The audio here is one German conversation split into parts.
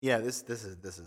Yeah, this this is this is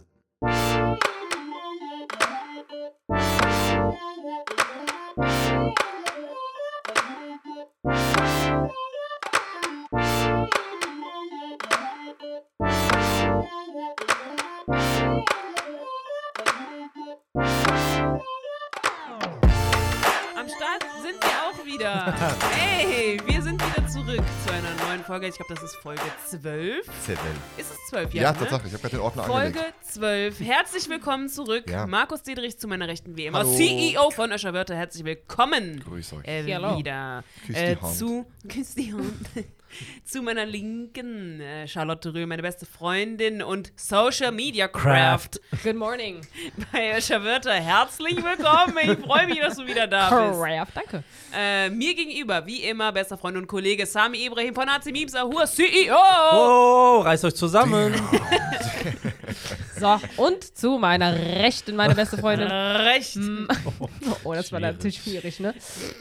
Am Start sind wir auch wieder. Hey, wir sind wieder zurück zu einer neuen Folge. Ich glaube, das ist Folge 12. Zettel. Ist es 12? Ja, ne? tatsächlich. Ich habe gerade den Ordner Folge angelegt. 12. Herzlich willkommen zurück. Ja. Markus Dietrich zu meiner Rechten, wie immer. Hallo. CEO von Öscher Wörter. Herzlich willkommen. Grüß euch. Äh, Hallo. wieder. Küss die äh, Hand. zu, küss die Hand. zu meiner Linken, äh, Charlotte Rühl, meine beste Freundin und Social Media Craft Good morning. bei Öscher Wörter. Herzlich willkommen. Ich freue mich, dass du wieder da bist. Craft, danke. Äh, mir gegenüber, wie immer, bester Freund und Kollege Sami Ibrahim von AC Memes Ahur, CEO. Oh, reißt euch zusammen. So, und zu meiner Rechten, meine beste Freundin. Recht. Hm. Oh, das war Schwierig. natürlich schwierig, ne?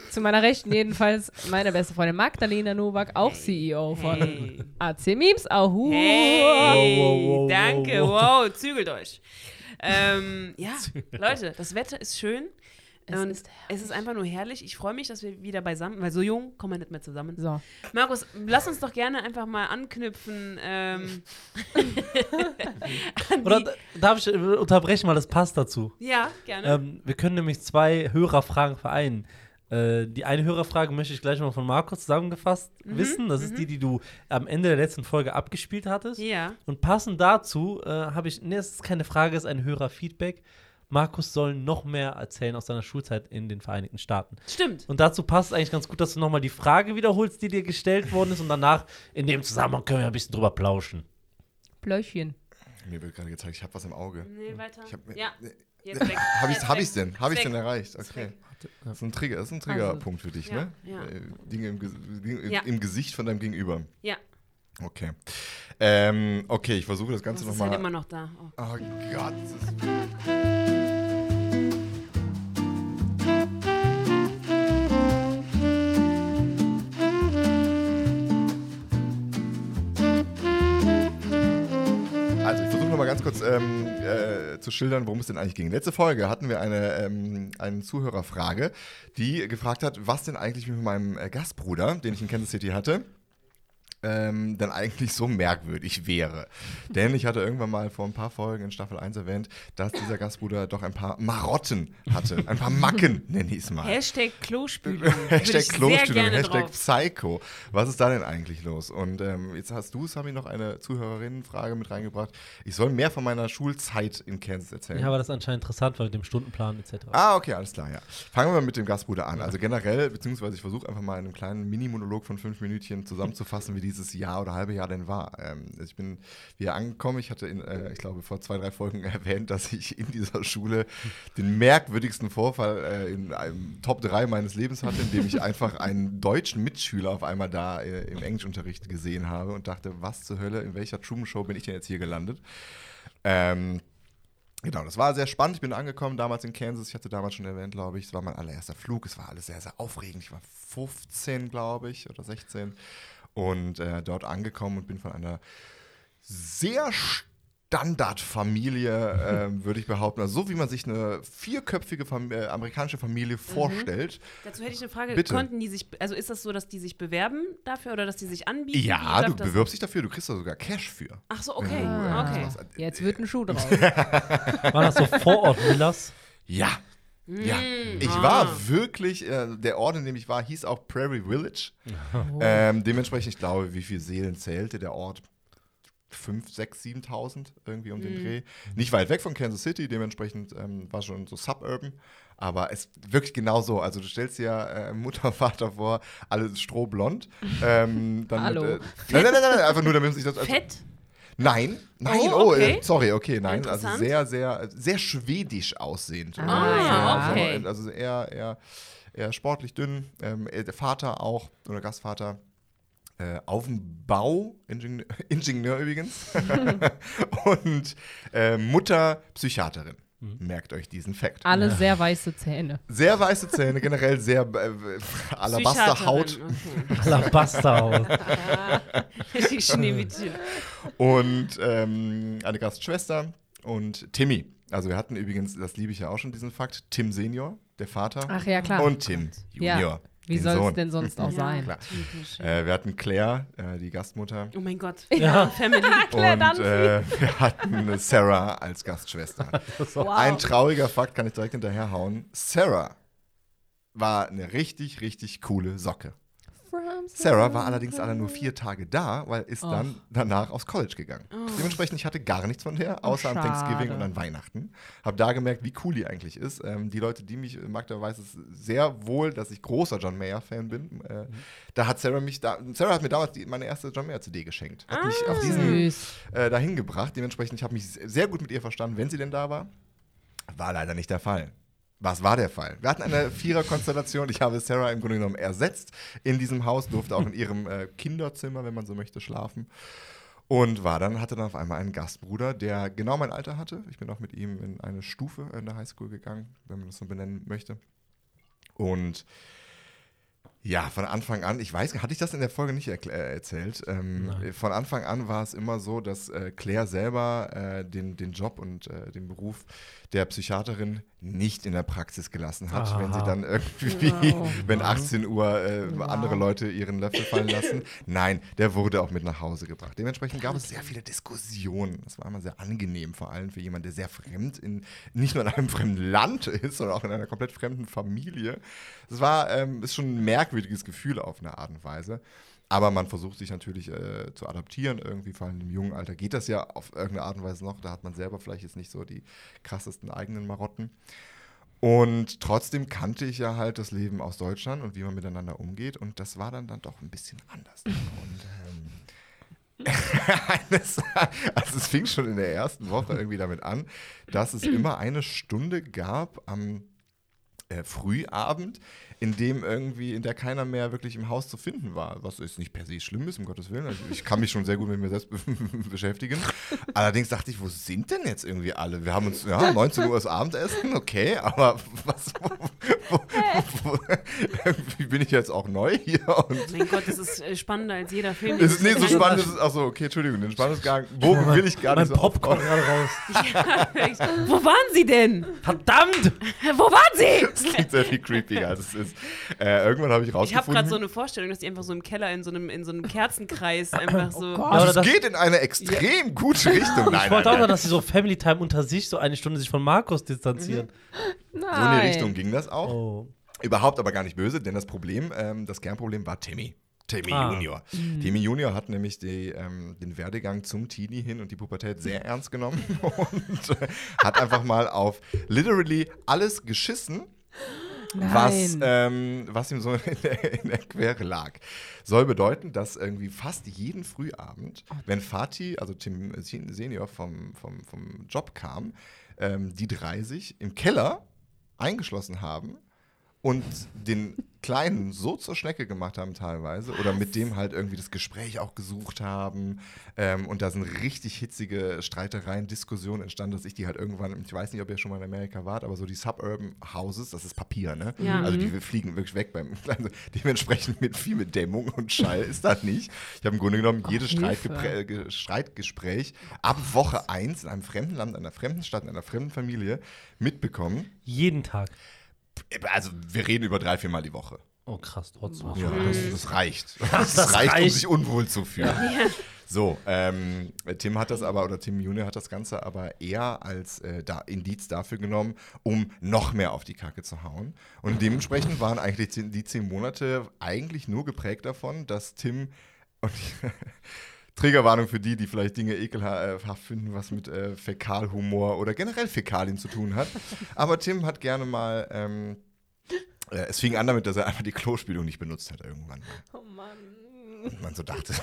Zu meiner Rechten jedenfalls meine beste Freundin Magdalena Nowak, auch CEO von Hey. AC Memes. Ahu. Hey, Wow, wow, wow, danke, wow, wow, zügelt euch. Ähm, ja, Leute, das Wetter ist schön. Es und ist es ist einfach nur herrlich. Ich freue mich, dass wir wieder beisammen, weil so jung kommen wir nicht mehr zusammen. So, Markus, lass uns doch gerne einfach mal anknüpfen. Ähm, an die- Oder d- darf ich äh, unterbrechen, weil das passt dazu. ja, gerne. Ähm, wir können nämlich zwei Hörerfragen vereinen. Äh, die eine Hörerfrage möchte ich gleich mal von Markus zusammengefasst Mhm, wissen. Das ist die, die du am Ende der letzten Folge abgespielt hattest. ja. Und passend dazu äh, habe ich, nee, es ist keine Frage, es ist ein Hörerfeedback. Markus soll noch mehr erzählen aus seiner Schulzeit in den Vereinigten Staaten. Stimmt. Und dazu passt es eigentlich ganz gut, dass du nochmal die Frage wiederholst, die dir gestellt worden ist. Und danach, in dem Zusammenhang, können wir ein bisschen drüber plauschen. Blöchchen. Mir wird gerade gezeigt, ich habe was im Auge. Nee, weiter. Ich hab, ja, ne, jetzt weg. Hab ich's, Jetzt hab weg. ich's denn? Hab Ist ich's denn weg. erreicht? Ist Okay. weg. Das ist ein Trigger, das ist ein Also, Triggerpunkt für dich, ja, ne? ja. Äh, Dinge im, Ges- Dinge Ja. im Gesicht von deinem Gegenüber. Ja, Okay. Ähm, okay, ich versuche das das Ganze ist halt nochmal. immer noch da. Oh. Oh Gott. das ist- Also ich versuche nochmal ganz kurz ähm, äh, zu schildern, worum es denn eigentlich ging. Letzte Folge hatten wir eine, ähm, eine Zuhörerfrage, die gefragt hat, was denn eigentlich mit meinem äh, Gastbruder, den ich in Kansas City hatte, ähm, dann eigentlich so merkwürdig wäre. Denn ich hatte irgendwann mal vor ein paar Folgen in Staffel 1 erwähnt, dass dieser Gastbruder doch ein paar Marotten hatte. Ein paar Macken, nenne ich es mal. Hashtag Klospülung. Würde Ah. Hashtag ich Sehr Klostüdel, gerne Hashtag drauf. Psycho. Was ist da denn eigentlich los? Und ähm, jetzt hast du, Sami, noch eine Zuhörerinnenfrage mit reingebracht. Ich soll mehr von meiner Schulzeit in Kansas erzählen. Ja, weil das anscheinend interessant war mit dem Stundenplan etc. Ah, okay, alles klar, ja. Fangen wir mit dem Gastbruder an. Also generell, beziehungsweise ich versuche einfach mal in einem kleinen Mini-Monolog von fünf Minütchen zusammenzufassen, wie dieses Jahr oder halbe Jahr denn war. Ähm, ich bin wieder angekommen. Ich hatte, in, äh, ich glaube, vor zwei, drei Folgen erwähnt, dass ich in dieser Schule den merkwürdigsten Vorfall äh, in einem Top 3 meines Lebens hatte, in dem ich einfach einen deutschen Mitschüler auf einmal da äh, im Englischunterricht gesehen habe und dachte, was zur Hölle, in welcher Trumenshow bin ich denn jetzt hier gelandet? Ähm, Genau, das war sehr spannend. Ich bin angekommen damals in Kansas. Ich hatte damals schon erwähnt, glaube ich, es war mein allererster Flug. Es war alles sehr, sehr aufregend. Ich war 15, glaube ich, oder 16. Und äh, dort angekommen und bin von einer sehr Standardfamilie, ähm, würde ich behaupten. Also so wie man sich eine vierköpfige Fam äh, amerikanische Familie vorstellt. Dazu hätte ich eine Frage. Bitte. Konnten die sich, also ist das so, dass die sich bewerben dafür oder dass die sich anbieten? Ja, Wie du läuft das? bewirbst Oh, Also, dich dafür, du kriegst da sogar Cash für. Ach so, okay. Ah. okay. Jetzt wird ein Schuh draus. Waren das so Vorort-Villas? Ja. Ja, ich ah. war wirklich, äh, der Ort, in dem ich war, hieß auch Prairie Village. Ähm, dementsprechend, ich glaube, wie viele Seelen zählte der Ort? 5, 6, 7.000 irgendwie um den Dreh. Nicht weit weg von Kansas City, dementsprechend ähm, war schon so Suburban. Aber es wirklich genau so. Also du stellst dir äh, Mutter, Vater vor, alle strohblond. Ähm, dann Hallo. Mit, äh, nein, nein, nein, nein, einfach nur, damit man sich das... Also, Fett? Nein, nein, Oh, oh, okay. äh, sorry, okay, nein. Also Interessant. sehr, sehr, sehr schwedisch aussehend. Also Ah, ja, okay. sagen wir, Also eher, eher, eher sportlich dünn. Ähm, äh, der Vater auch, oder Gastvater, äh, auf dem Bau, Ingenieur, Ingenieur übrigens. Und äh, Mutter, Psychiaterin. Mhm. Merkt euch diesen Fact. Alle sehr weiße Zähne. Sehr weiße Zähne, generell sehr äh, Alabasterhaut. Psychiaterin, Alabasterhaut. okay. Die Schneewittchen. und ähm, eine Gastschwester und Timmy. Also wir hatten übrigens, das liebe ich ja auch schon, diesen Fakt, Tim Senior, der Vater. Ach Ah, ja, klar. Und Tim Junior. ja. Wie den soll es Sohn. denn sonst auch sein? Klar. typisch. Äh, wir hatten Claire, äh, die Gastmutter. Oh mein Gott. Ja. Family. Ah, Claire und äh, wir hatten Sarah als Gastschwester. Wow. Ein trauriger Fakt kann ich direkt hinterherhauen. Sarah war eine richtig, richtig coole Socke. From Sarah war allerdings alle nur vier Tage da, weil ist dann danach aufs College gegangen. Dementsprechend, ich hatte gar nichts von der, außer an schade. Thanksgiving und an Weihnachten. Hab da gemerkt, wie cool die eigentlich ist. Ähm, die Leute, die mich mag, der weiß es sehr wohl, dass ich großer John Mayer-Fan bin. Äh, Da hat Sarah mich, da, Sarah hat mir damals die, meine erste John Mayer-CD geschenkt. Hat mich Ah. auf diesen Süß. äh, dahin gebracht. Dementsprechend, ich habe mich sehr gut mit ihr verstanden, wenn sie denn da war. War leider nicht der Fall. Was war der Fall? Wir hatten eine Vierer-Konstellation. Ich habe Sarah im Grunde genommen ersetzt in diesem Haus, durfte auch in ihrem äh, Kinderzimmer, wenn man so möchte, schlafen. Und war dann, hatte dann auf einmal einen Gastbruder, der genau mein Alter hatte. Ich bin auch mit ihm in eine Stufe in der Highschool gegangen, wenn man das so benennen möchte. Und ja, von Anfang an, ich weiß, hatte ich das in der Folge nicht erklä- äh, erzählt. Ähm, von Anfang an war es immer so, dass äh, Claire selber äh, den, den Job und äh, den Beruf der Psychiaterin nicht in der Praxis gelassen hat, Ah. wenn sie dann irgendwie, wenn 18 Uhr äh, andere Leute ihren Löffel fallen lassen. Nein, der wurde auch mit nach Hause gebracht. Dementsprechend gab es sehr viele Diskussionen. Das war immer sehr angenehm, vor allem für jemanden, der sehr fremd in, nicht nur in einem fremden Land ist, sondern auch in einer komplett fremden Familie. Es war, ähm, ist schon ein merkwürdiges Gefühl auf eine Art und Weise. Aber man versucht sich natürlich äh, zu adaptieren irgendwie, vor allem im jungen Alter geht das ja auf irgendeine Art und Weise noch. Da hat man selber vielleicht jetzt nicht so die krassesten eigenen Marotten. Und trotzdem kannte ich ja halt das Leben aus Deutschland und wie man miteinander umgeht. Und das war dann, dann doch ein bisschen anders. Und ähm, eines, also es fing schon in der ersten Woche irgendwie damit an, dass es immer eine Stunde gab am äh, Frühabend, in dem irgendwie, in der keiner mehr wirklich im Haus zu finden war. Was ist nicht per se schlimm ist, um Gottes Willen. Also ich kann mich schon sehr gut mit mir selbst beschäftigen. Allerdings dachte ich, wo sind denn jetzt irgendwie alle? Wir haben uns, ja, 19 Uhr ist Abendessen, okay, aber was, wo, wo, wo, irgendwie bin ich jetzt auch neu hier und Mein Gott, das ist äh, spannender als jeder Film. Also, es ist nicht so Nein, spannend, es ist, achso, okay, Entschuldigung, den Spannungsgang, wo will ich gar mein nicht so Popcorn gerade raus. echt. Wo waren sie denn? Verdammt! Wo waren sie? Das klingt sehr viel creepier, als es ist. Äh, irgendwann habe ich Ich habe rausgefunden, gerade so eine Vorstellung, dass die einfach so im Keller in so einem, in so einem Kerzenkreis einfach so. Ja, oder das, das- Also geht in eine extrem gute Richtung. Nein, Ich wollte nein, auch noch, nein. dass sie so Family Time unter sich so eine Stunde sich von Markus distanzieren. Nein. So in die Richtung ging das auch. Oh. Überhaupt aber gar nicht böse, denn das Problem, ähm, das Kernproblem war Timmy. Timmy Ah. Junior. Timmy Junior hat nämlich die, ähm, den Werdegang zum Teenie hin und die Pubertät sehr ernst genommen und äh, hat einfach mal auf literally alles geschissen, Nein. was, ähm, was ihm so in der, in der Quere lag. Soll bedeuten, dass irgendwie fast jeden Frühabend, wenn Fatih, also Tim äh, Sen- Senior vom, vom, vom Job kam, ähm, die drei sich im Keller eingeschlossen haben und den Kleinen so zur Schnecke gemacht haben teilweise oder mit dem halt irgendwie das Gespräch auch gesucht haben ähm, und da sind richtig hitzige Streitereien, Diskussionen entstanden, dass ich die halt irgendwann, ich weiß nicht, ob ihr schon mal in Amerika wart, aber so die Suburban Houses, das ist Papier, ne? Ja. Also die fliegen wirklich weg beim also dementsprechend mit viel mit Dämmung und Schall ist das nicht. Ich habe im Grunde genommen jedes Hilfe. Streitgeprä- Ge- Streitgespräch ab Woche 1 in einem fremden Land, einer fremden Stadt, in einer fremden Familie mitbekommen. Jeden Tag. Also wir reden über drei, viermal die Woche. Oh krass, trotzdem. Ja, das, das reicht. Das, das reicht, um reicht. sich unwohl zu fühlen. So, ähm, Tim hat das aber, oder Tim Junior hat das Ganze aber eher als äh, da, Indiz dafür genommen, um noch mehr auf die Kacke zu hauen. Und dementsprechend waren eigentlich die, die zehn Monate eigentlich nur geprägt davon, dass Tim und Trägerwarnung für die, die vielleicht Dinge ekelhaft finden, was mit äh, Fäkalhumor oder generell Fäkalien zu tun hat. Aber Tim hat gerne mal. Ähm, äh, es fing an damit, dass er einfach die Klospülung nicht benutzt hat irgendwann. Oh Mann. Und man so dachte.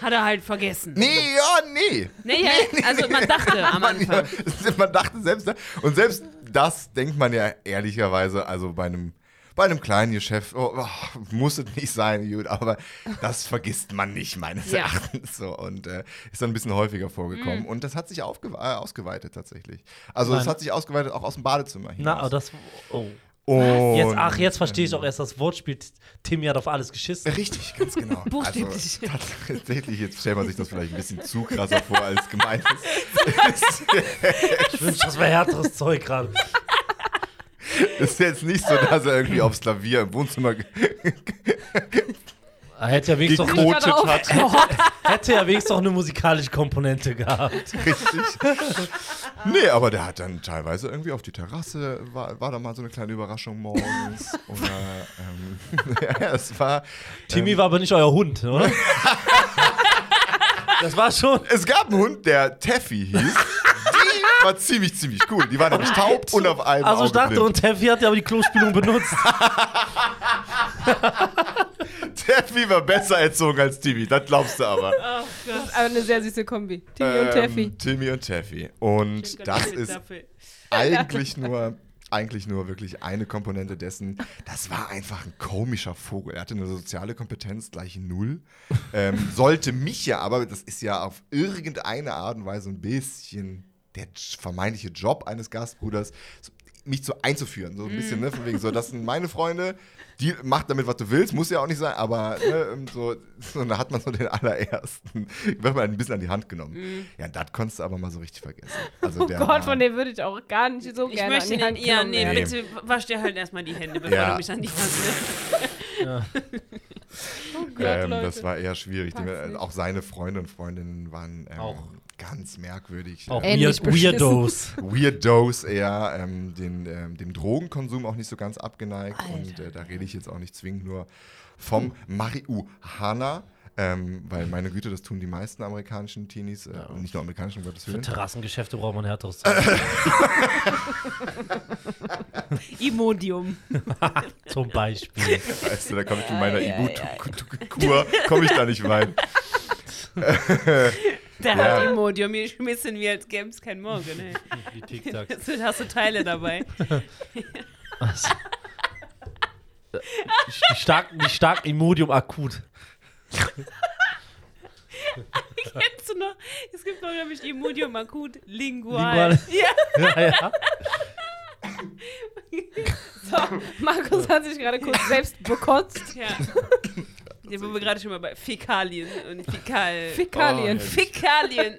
Hat er halt vergessen. nee, ja, nee. Nee, ja, also man dachte am Man, ne? ja, Anfang. man dachte selbst. Und selbst das denkt man ja ehrlicherweise, also bei einem bei einem kleinen Geschäft, oh, oh, muss es nicht sein, gut, aber das vergisst man nicht, meines Ja. Erachtens. So, und äh, ist dann ein bisschen häufiger vorgekommen. Mhm. Und das hat sich aufge äh, ausgeweitet tatsächlich. Also es Nein. hat sich ausgeweitet auch aus dem Badezimmer hinaus. Na, oh, das. Oh. und, Jetzt, ach, jetzt verstehe ich auch erst das Wortspiel. Tim hat auf alles geschissen. Richtig, ganz genau. Buchstäblich. Also, tatsächlich, jetzt stellt man sich das vielleicht ein bisschen zu krasser vor, als gemeint ist. Ich wünsche, das wäre härteres Zeug gerade. Es ist jetzt nicht so, dass er irgendwie aufs Klavier im Wohnzimmer ge- Er hätte ja wenigstens noch, Geko- gekotet hat. hätte ja wenigstens noch eine musikalische Komponente gehabt. Richtig. Nee, aber der hat dann teilweise irgendwie auf die Terrasse, war, war da mal so eine kleine Überraschung morgens. Oder, ähm, ja, es war. ähm, Timmy war aber nicht euer Hund, oder? das war schon. Es gab einen Hund, der Taffy hieß. Die war ziemlich, ziemlich cool. Die war nämlich taub und auf einem Also ich Auge dachte, blind. und Teffi hat ja aber die Klospülung benutzt. Taffy war besser erzogen als Timmy, das glaubst du aber. Oh Das ist aber eine sehr süße Kombi. Timmy und Ähm, Teffi. Timmy und Taffy. Und das ist eigentlich nur, eigentlich nur wirklich eine Komponente dessen. Das war einfach ein komischer Vogel. Er hatte eine soziale Kompetenz gleich null. Ähm, sollte mich ja, aber das ist ja auf irgendeine Art und Weise ein bisschen der j- vermeintliche Job eines Gastbruders, so- mich so einzuführen. So ein bisschen, ne? Von wegen so, das sind meine Freunde, die macht damit, was du willst, muss ja auch nicht sein, aber ne, ähm, so, so, da hat man so den allerersten, wird man ein bisschen an die Hand genommen. Ja, das konntest du aber mal so richtig vergessen. Also Mhm. Oh der Gott, war- von dem würde ich auch gar nicht so Ich gerne möchte an die den, Hand Oh, ja, genommen nee, werden. Nee. bitte wasch dir halt erstmal die Hände, bevor Ja. du mich an die Hand nimmst. Oh Gott, Ähm, Leute. das war eher schwierig. Die, äh, Passt nicht. auch seine Freunde und Freundinnen waren ähm, Auch. ganz merkwürdig. Auch Ähm, Ähnlich Weird, Weirdos. Weirdos eher, ähm, den, ähm, dem Drogenkonsum auch nicht so ganz abgeneigt. Und äh, da rede ich jetzt auch nicht zwingend nur vom Marihuana. Ähm, weil meine Güte, das tun die meisten amerikanischen Teenies, äh, und nicht nur amerikanischen, um Gottes Für Willen. Terrassengeschäfte braucht man härteres Zeug. Imodium. Zum Beispiel. Weißt du, da komme ich mit meiner Ibu-Kur, komme ich da nicht rein. Der Ja. hat Imodium geschmissen, wie als gäbe es kein Morgen. Ey. Die Tic-Tacs. Jetzt hast du Teile dabei. Was? Also, Die stark, die stark Imodium akut. Kennst du noch? Es gibt noch, glaube ich, Imodium akut lingual. Lingual. Ja. Ja, ja. so, Markus hat sich gerade kurz selbst bekotzt. Ja. Jetzt sind wir gerade schon mal bei Fäkalien und Fäkal. Fäkalien. Oh, ja. Fäkalien.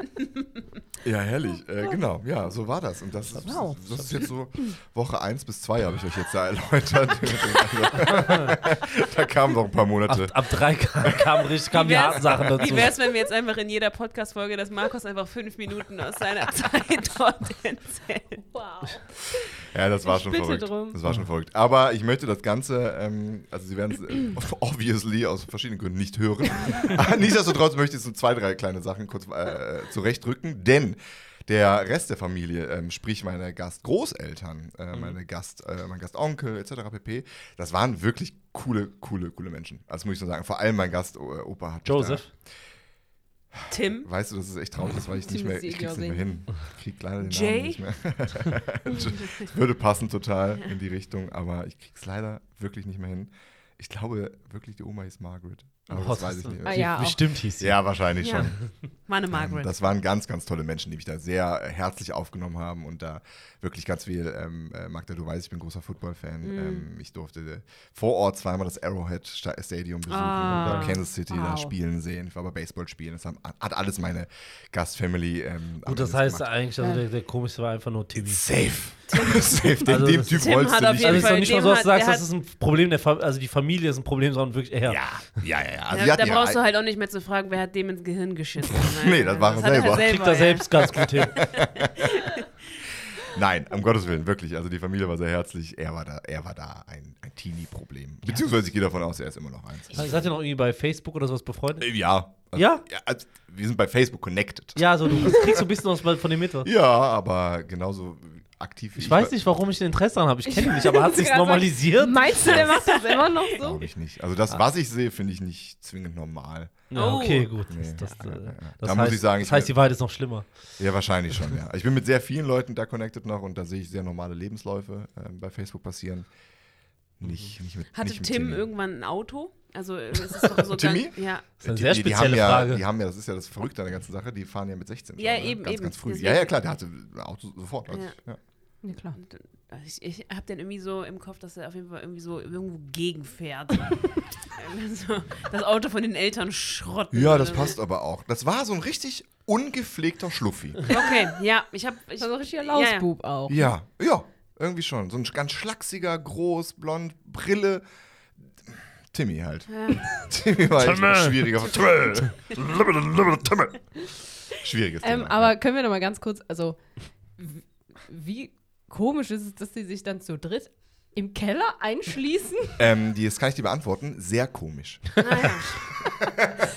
Ja, herrlich. Äh, genau, ja, so war das. Und das, ist- Wow. das ist jetzt so Woche 1 bis 2 habe ich euch jetzt da erläutert. Also, da kamen noch ein paar Ab, Monate. ab drei kam, kam richtig, kamen die wär's- harten Sachen dazu. Wie wär's, wenn wir jetzt einfach in jeder Podcast-Folge, dass Markus einfach fünf Minuten aus seiner Zeit dort erzählt? Wow. Ja, das war Ich schon bitte verrückt. drum. Das war schon verrückt. Aber ich möchte das Ganze, ähm, also Sie werden es äh, obviously aus verschiedenen Gründen nicht hören. Aber Nichtsdestotrotz möchte ich so zwei, drei kleine Sachen kurz äh, zurechtrücken, denn der Rest der Familie, ähm, sprich meine Gastgroßeltern, äh, Mhm. meine Gast, äh, mein Gastonkel etc. pp., das waren wirklich coole, coole, coole Menschen. Also muss ich so sagen. Vor allem mein Gastopa hat mich Joseph. Tim? Da, weißt du, dass es echt traurig ist, weil ich nicht mehr, ich krieg's nicht mehr hin. Ich krieg leider den Jay? Namen nicht mehr. Es würde passen total in die Richtung, aber ich krieg's leider wirklich nicht mehr hin. Ich glaube wirklich, die Oma hieß Margaret. Aber Oh, das weiß ich nicht Ah, mehr. ja, auch. Bestimmt hieß sie. Ja, wahrscheinlich Ja. schon. Meine Ähm, Margaret. Das waren ganz, ganz tolle Menschen, die mich da sehr äh, herzlich aufgenommen haben und da wirklich ganz viel, ähm, äh, Magda, du weißt, ich bin großer Football-Fan. Mhm. Ähm, ich durfte äh, vor Ort zweimal das Arrowhead Sta- Stadium besuchen Ah. und da Kansas City da Wow. spielen sehen. Ich war bei Baseball spielen. Das haben, hat alles meine Gastfamily. Ähm, am Gut, das Ende heißt gemacht. eigentlich, also der, der komischste war einfach nur Timmy. safe. safe. Den, Also dem das- Typ Tim wolltest hat du auf nicht. Also jeden es ist doch Fall, nicht mal dem so, dass hat- du sagst, der das ist ein Problem der Familie, also die Familie ist ein Problem, sondern wirklich er. ja, ja, ja. ja. Also die da hatten ja brauchst du halt auch nicht mehr zu fragen, wer hat dem ins Gehirn geschissen. Nein, Nee, das also machen hat er selber. Kriegt er ja. selbst ganz gut hin. Nein, um Gottes Willen, wirklich. Also die Familie war sehr herzlich. Er war da, er war da ein, ein Teenie-Problem. Beziehungsweise ich gehe davon aus, er ist immer noch eins. Also Seid ihr noch irgendwie bei Facebook oder sowas befreundet? Äh, Ja. Also, Ja? also, wir sind bei Facebook connected. Ja, so du kriegst so ein bisschen was von dem mit. was? Ja, aber genauso aktiv wie Ich weiß nicht, warum ich ein Interesse daran habe. Ich kenne ihn nicht, aber hat sich's Gerade normalisiert? Sagt, meinst du, der macht das immer noch so? Glaube ich nicht. Also Ah. das, was ich sehe, finde ich nicht zwingend normal. Ja, Oh. okay, gut. Nee. Das, Ja, das, äh, ja, ja. das Da heißt, muss ich sagen, das ich heißt, bin- die Wahrheit ist noch schlimmer. Ja, wahrscheinlich schon, ja. Ich bin mit sehr vielen Leuten da connected noch und da sehe ich sehr normale Lebensläufe ähm, bei Facebook passieren. Mhm. Nicht, nicht mit Hatte nicht mit Tim irgendwann ein Auto? Also äh, es ist doch so Timmy? Ganz, ja. Das ist eine die, sehr die, die spezielle haben ja, Frage. Die haben ja, das ist ja das Verrückte an der ganzen Sache, die fahren ja mit 16 Ja, schon, ne? eben, ganz, eben. Ganz früh. Deswegen- Ja, ja, klar, der hatte ein Auto sofort. Also, ja. Ja, klar. Also Ich, ich habe den irgendwie so im Kopf, dass er auf jeden Fall irgendwie so irgendwo gegenfährt. also, das Auto von den Eltern schrotten. Ja, das oder so. passt aber auch. Das war so ein richtig ungepflegter Schluffi. Okay, ja, ich habe. Ich, Das war so ein richtiger Lausbub auch. Ja, ja, irgendwie schon. So ein ganz schlachsiger, groß, blond, Brille. Timmy halt. Timmy war echt ein schwieriger. Timmy. Schwieriges Ähm, Thema. aber können wir noch mal ganz kurz, also w- wie komisch ist es, dass die sich dann zu dritt im Keller einschließen? ähm, die, das kann ich dir beantworten. Sehr komisch.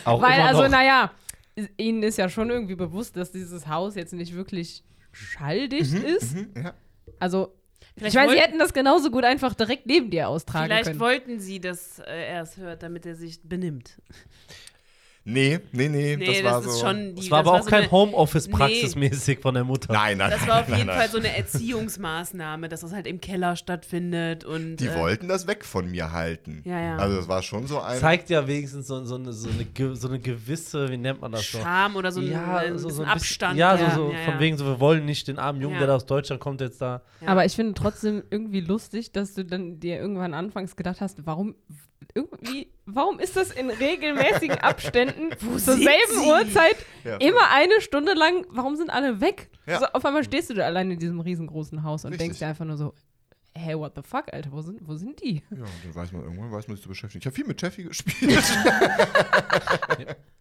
Auch Weil, immer also noch. naja, i- ihnen ist ja schon irgendwie bewusst, dass dieses Haus jetzt nicht wirklich schalldicht ist. Mhm, ja. Also, Vielleicht ich meine, sie wollt- hätten das genauso gut einfach direkt neben dir austragen Vielleicht können. wollten sie, dass äh, er es hört, damit er sich benimmt. Nee, nee, nee, Nee, das das, war ist so. schon die. Es war aber auch so kein eine- Homeoffice-Praxismäßig von der Mutter. nein, nein, Das nein, war auf nein, jeden nein. Fall so eine Erziehungsmaßnahme, dass das halt im Keller stattfindet und. Die äh, wollten das weg von mir halten. Ja, ja. Also das war schon so ein. Zeigt ja wenigstens so, so, eine, so, eine, ge- so eine gewisse, wie nennt man das so? Scham oder so ein, ein, so bisschen ein bisschen- Abstand. Ja, so, so ja, ja. von wegen so, wir wollen nicht den armen Jungen, Ja. der da aus Deutschland kommt, jetzt da. Ja. Aber ich finde trotzdem irgendwie lustig, dass du dann dir irgendwann anfangs gedacht hast, warum irgendwie, warum ist das in regelmäßigen Abständen zur sind selben sie? Uhrzeit Ja. immer eine Stunde lang, warum sind alle weg? Ja. So, auf einmal stehst du da allein in diesem riesengroßen Haus und Richtig. denkst dir einfach nur so, hey, what the fuck, Alter, wo sind, wo sind die? Ja, dann weiß man irgendwann, weiß man sich zu beschäftigen. Ich habe viel mit Jeffy gespielt.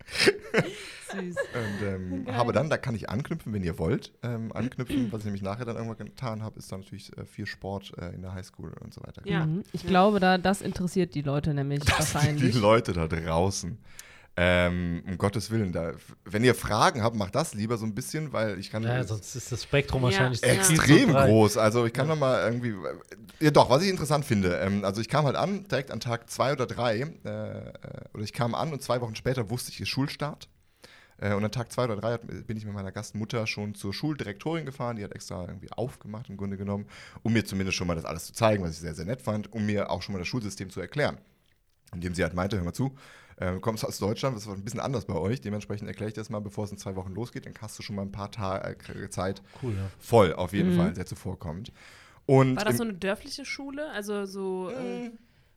Süß. Und ähm, habe dann, da kann ich anknüpfen, wenn ihr wollt, ähm, anknüpfen. Was ich nämlich nachher dann irgendwann getan habe, ist dann natürlich äh, viel Sport äh, in der Highschool und so weiter. Ja. Mhm. Ich glaube, da das interessiert die Leute nämlich Das sind die wahrscheinlich. Leute da draußen. Ähm, um Gottes Willen, da, wenn ihr Fragen habt, macht das lieber so ein bisschen, weil ich kann Ja, sonst ist das Spektrum Ja. wahrscheinlich Ja. viel zu extrem breit. groß. Also ich kann noch mal irgendwie. Ja, doch, was ich interessant finde. Ähm, also ich kam halt an, direkt an Tag zwei oder drei, äh, äh, oder ich kam an und zwei Wochen später wusste ich, ist Schulstart. Äh, und an Tag zwei oder drei hat, bin ich mit meiner Gastmutter schon zur Schuldirektorin gefahren. Die hat extra irgendwie aufgemacht im Grunde genommen, um mir zumindest schon mal das alles zu zeigen, was ich sehr, sehr nett fand, um mir auch schon mal das Schulsystem zu erklären. Indem sie halt meinte, hör mal zu, äh, du kommst aus Deutschland, das war ein bisschen anders bei euch. Dementsprechend erkläre ich das mal, bevor es in zwei Wochen losgeht. Dann hast du schon mal ein paar Tage äh, Zeit, Cool, ja. Voll, auf jeden Fall, sehr zuvorkommend. Und Mhm. War das so im- eine dörfliche Schule? Also so äh,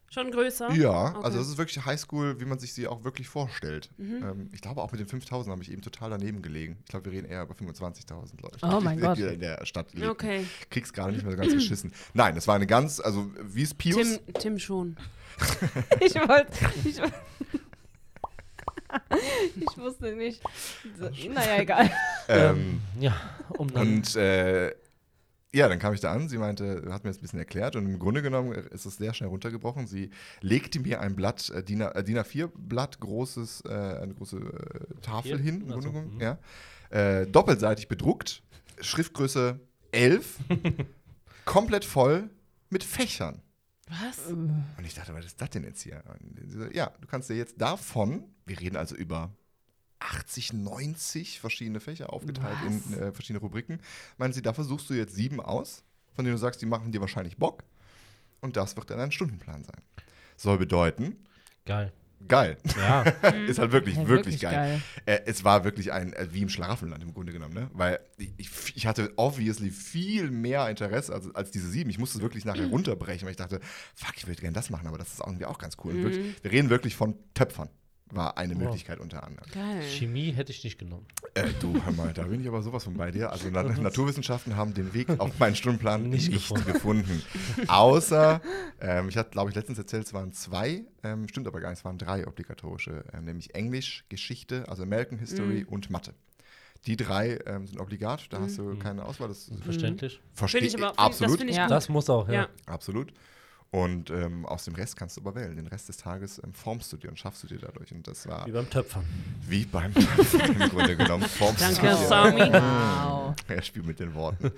schon größer? Mhm. ja, Okay. Mhm. also das ist wirklich Highschool, wie man sich sie auch wirklich vorstellt. Ähm, ich glaube, auch mit den 5000 habe ich eben total daneben gelegen. Ich glaube, wir reden eher über 25.000 Leute. Oh mein die, Gott. Die in der Stadt leben. Okay. Krieg's gerade nicht mehr so ganz geschissen. Nein, das war eine ganz, also wie es Pius. Tim, Tim schon. Ich wollte. Ich, woll- ich wusste nicht. So, Naja, egal. Ähm, Ja, um dann. Und äh, ja, dann kam ich da an, sie meinte, hat mir das ein bisschen erklärt und im Grunde genommen ist es sehr schnell runtergebrochen. Sie legte mir ein Blatt, äh, DIN, A- äh, DIN A4-Blatt, großes, äh, eine große äh, Tafel Vier? hin, im Grunde Also, genommen, mhm. ja. Äh, doppelseitig bedruckt, Schriftgröße 11, komplett voll mit Fächern. Was? Und ich dachte, was ist das denn jetzt hier? Und sie so, Ja, du kannst dir jetzt davon, wir reden also über 80, 90 verschiedene Fächer aufgeteilt in äh, verschiedene Rubriken. Meinen sie, dafür suchst du jetzt sieben aus, von denen du sagst, die machen dir wahrscheinlich Bock. Und das wird dann ein Stundenplan sein. Soll bedeuten, Geil. geil. Ja. ist halt wirklich, Ja, wirklich, geil. Äh, es war wirklich ein, äh, wie im Schlaraffenland im Grunde genommen, ne? Weil ich- ich, ich hatte obviously viel mehr Interesse als, als diese sieben. Ich musste es wirklich nachher runterbrechen, weil ich dachte, fuck, ich würde gerne das machen, aber das ist irgendwie auch ganz cool. Und Wirklich, wir reden wirklich von Töpfern, war eine Möglichkeit unter anderem. Geil. Chemie hätte ich nicht genommen. Äh, du, hör mal, da bin ich aber sowas von bei dir. Also Na Naturwissenschaften haben den Weg auf meinen Stundenplan nicht, Nicht gefunden. Außer, ähm, ich hatte, glaube ich, letztens erzählt, es waren zwei, ähm, stimmt aber gar nicht, es waren drei obligatorische, ähm, nämlich Englisch, Geschichte, also American Mhm. History und Mathe. Die drei ähm, sind obligat, da hast Mhm. du keine Auswahl. Das Verständlich. verstehe Finde ich aber- das absolut. finde ich Ja. gut. Das muss auch, ja. Ja. Absolut. Und ähm, aus dem Rest kannst du aber wählen. Den Rest des Tages ähm, formst du dir und schaffst du dir dadurch. Und das war Wie beim Töpfern. wie beim im Grunde genommen. Formst du Danke, dir. Sami. Wow. Er spielt mit den Worten.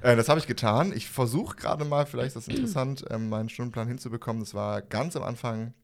äh, das habe ich getan. Ich versuche gerade mal, vielleicht ist das interessant, ähm, meinen Stundenplan hinzubekommen. Das war ganz am Anfang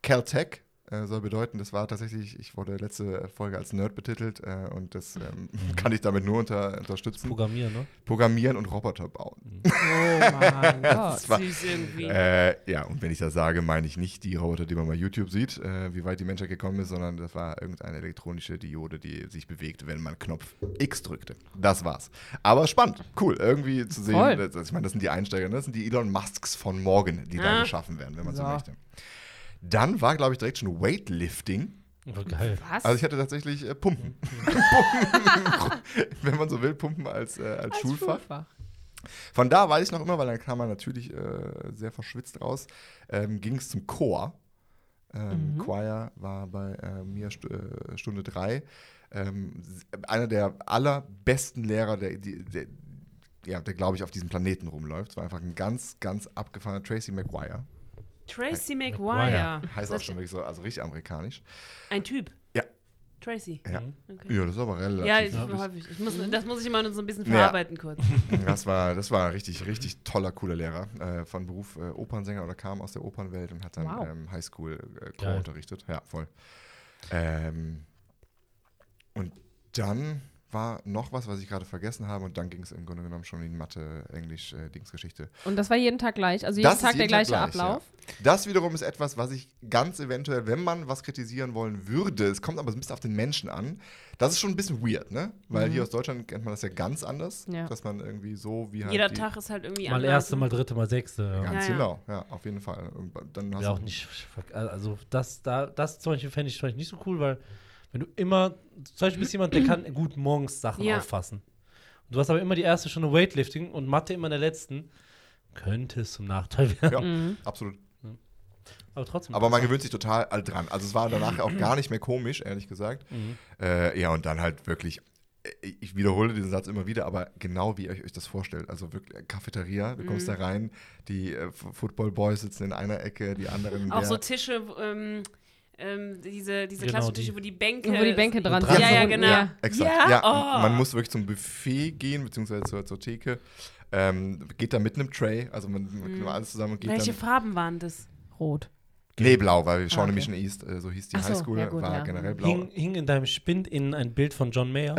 Caltech äh, soll bedeuten, das war tatsächlich, ich wurde letzte Folge als Nerd betitelt äh, und das ähm, kann ich damit nur unter, unterstützen. Programmieren, ne? Programmieren und Roboter bauen. Oh mein Gott. Das war, Süß irgendwie. äh, ja, und wenn ich das sage, meine ich nicht die Roboter, die man bei YouTube sieht, äh, wie weit die Menschheit gekommen ist, sondern das war irgendeine elektronische Diode, die sich bewegt, wenn man Knopf X drückte. Das war's. Aber spannend, cool, irgendwie zu sehen. Voll. Das, ich meine, das sind die Einsteiger, ne? das sind die Elon Musks von morgen, die Ah. da geschaffen werden, wenn man so So. möchte. Dann war, glaube ich, direkt schon Weightlifting. Oh, geil. Was? Also ich hatte tatsächlich äh, Pumpen. wenn man so will, Pumpen als, äh, als, Als Schulfach. Von da weiß ich noch immer, weil dann kam man natürlich äh, sehr verschwitzt raus, ähm, ging es zum Chor. Ähm, Mhm. Choir war bei äh, mir stu äh, Stunde drei. Ähm, s- einer der allerbesten Lehrer, der, die, der, ja, der glaube ich, auf diesem Planeten rumläuft. Es war einfach ein ganz, ganz abgefahrener Tracy McGuire. Tracy McGuire. Heißt auch Das- schon wirklich so, also richtig amerikanisch. Ein Typ. Ja. Tracy. Ja, Mhm. Okay. ja das ist aber relativ. Ja, ich, Ja. Mhm. häufig. Ich muss, das muss ich immer noch so ein bisschen Ja. verarbeiten kurz. Das war, das war ein richtig, richtig toller, cooler Lehrer. Äh, von Beruf äh, Opernsänger oder kam aus der Opernwelt und hat dann Wow. ähm, Highschool-Chor Geil. unterrichtet. Ja, voll. Ähm, und dann war noch was, was ich gerade vergessen habe und dann ging es im Grunde genommen schon in Mathe, Englisch, äh, Dingsgeschichte. Und das war jeden Tag gleich. Also jeden Das ist Tag der jeden Tag gleiche gleich, Ablauf. Das wiederum ist etwas, was ich ganz eventuell, wenn man was kritisieren wollen würde, es kommt aber ein bisschen auf den Menschen an. Das ist schon ein bisschen weird, ne? Weil hier aus Deutschland kennt man das ja ganz anders, Mhm. Ja. dass man irgendwie so wie halt Jeder die, Tag ist halt irgendwie Mal anders. erste, mal dritte, mal sechste. Ja. Ganz Ja, ja. genau, ja, auf jeden Fall. Und ba- dann hast Ja, du auch nicht. Also, das, da, das zum Beispiel fände ich zum Beispiel nicht so cool, weil, wenn du immer, zum Beispiel bist jemand, der kann gut morgens Sachen Ja. auffassen. Und du hast aber immer die erste Stunde Weightlifting und Mathe immer in der letzten. Könnte es zum Nachteil werden. Ja, Mhm. absolut. Aber trotzdem. Aber man gewöhnt sich total all dran. Also es war danach auch gar nicht mehr komisch, ehrlich gesagt. Mhm. Äh, ja, und dann halt wirklich, äh, ich wiederhole diesen Satz immer wieder, aber genau wie ihr euch das vorstellt. Also wirklich äh, Cafeteria, du Mhm. kommst da rein, die äh, F- Football Boys sitzen in einer Ecke, die anderen Auch der- so Tische, wo, ähm, ähm, diese, diese Genau, klassischen Tische, die- wo die Bänke. Wo die Bänke dran dran sind. Ja, ja, sind. genau. Ja. Exakt. Ja, Ja, oh. man muss wirklich zum Buffet gehen, beziehungsweise zur, zur Theke. Ähm, geht da mit einem Tray, also man, man nimmt alles zusammen und geht Mhm. Welche dann. Farben waren das? Rot. Nee, blau, weil wir schauen okay. Mission East, äh, so hieß die Ach so, Highschool, ja gut, war ja. generell blau. hing, hing in deinem Spind in ein Bild von John Mayer.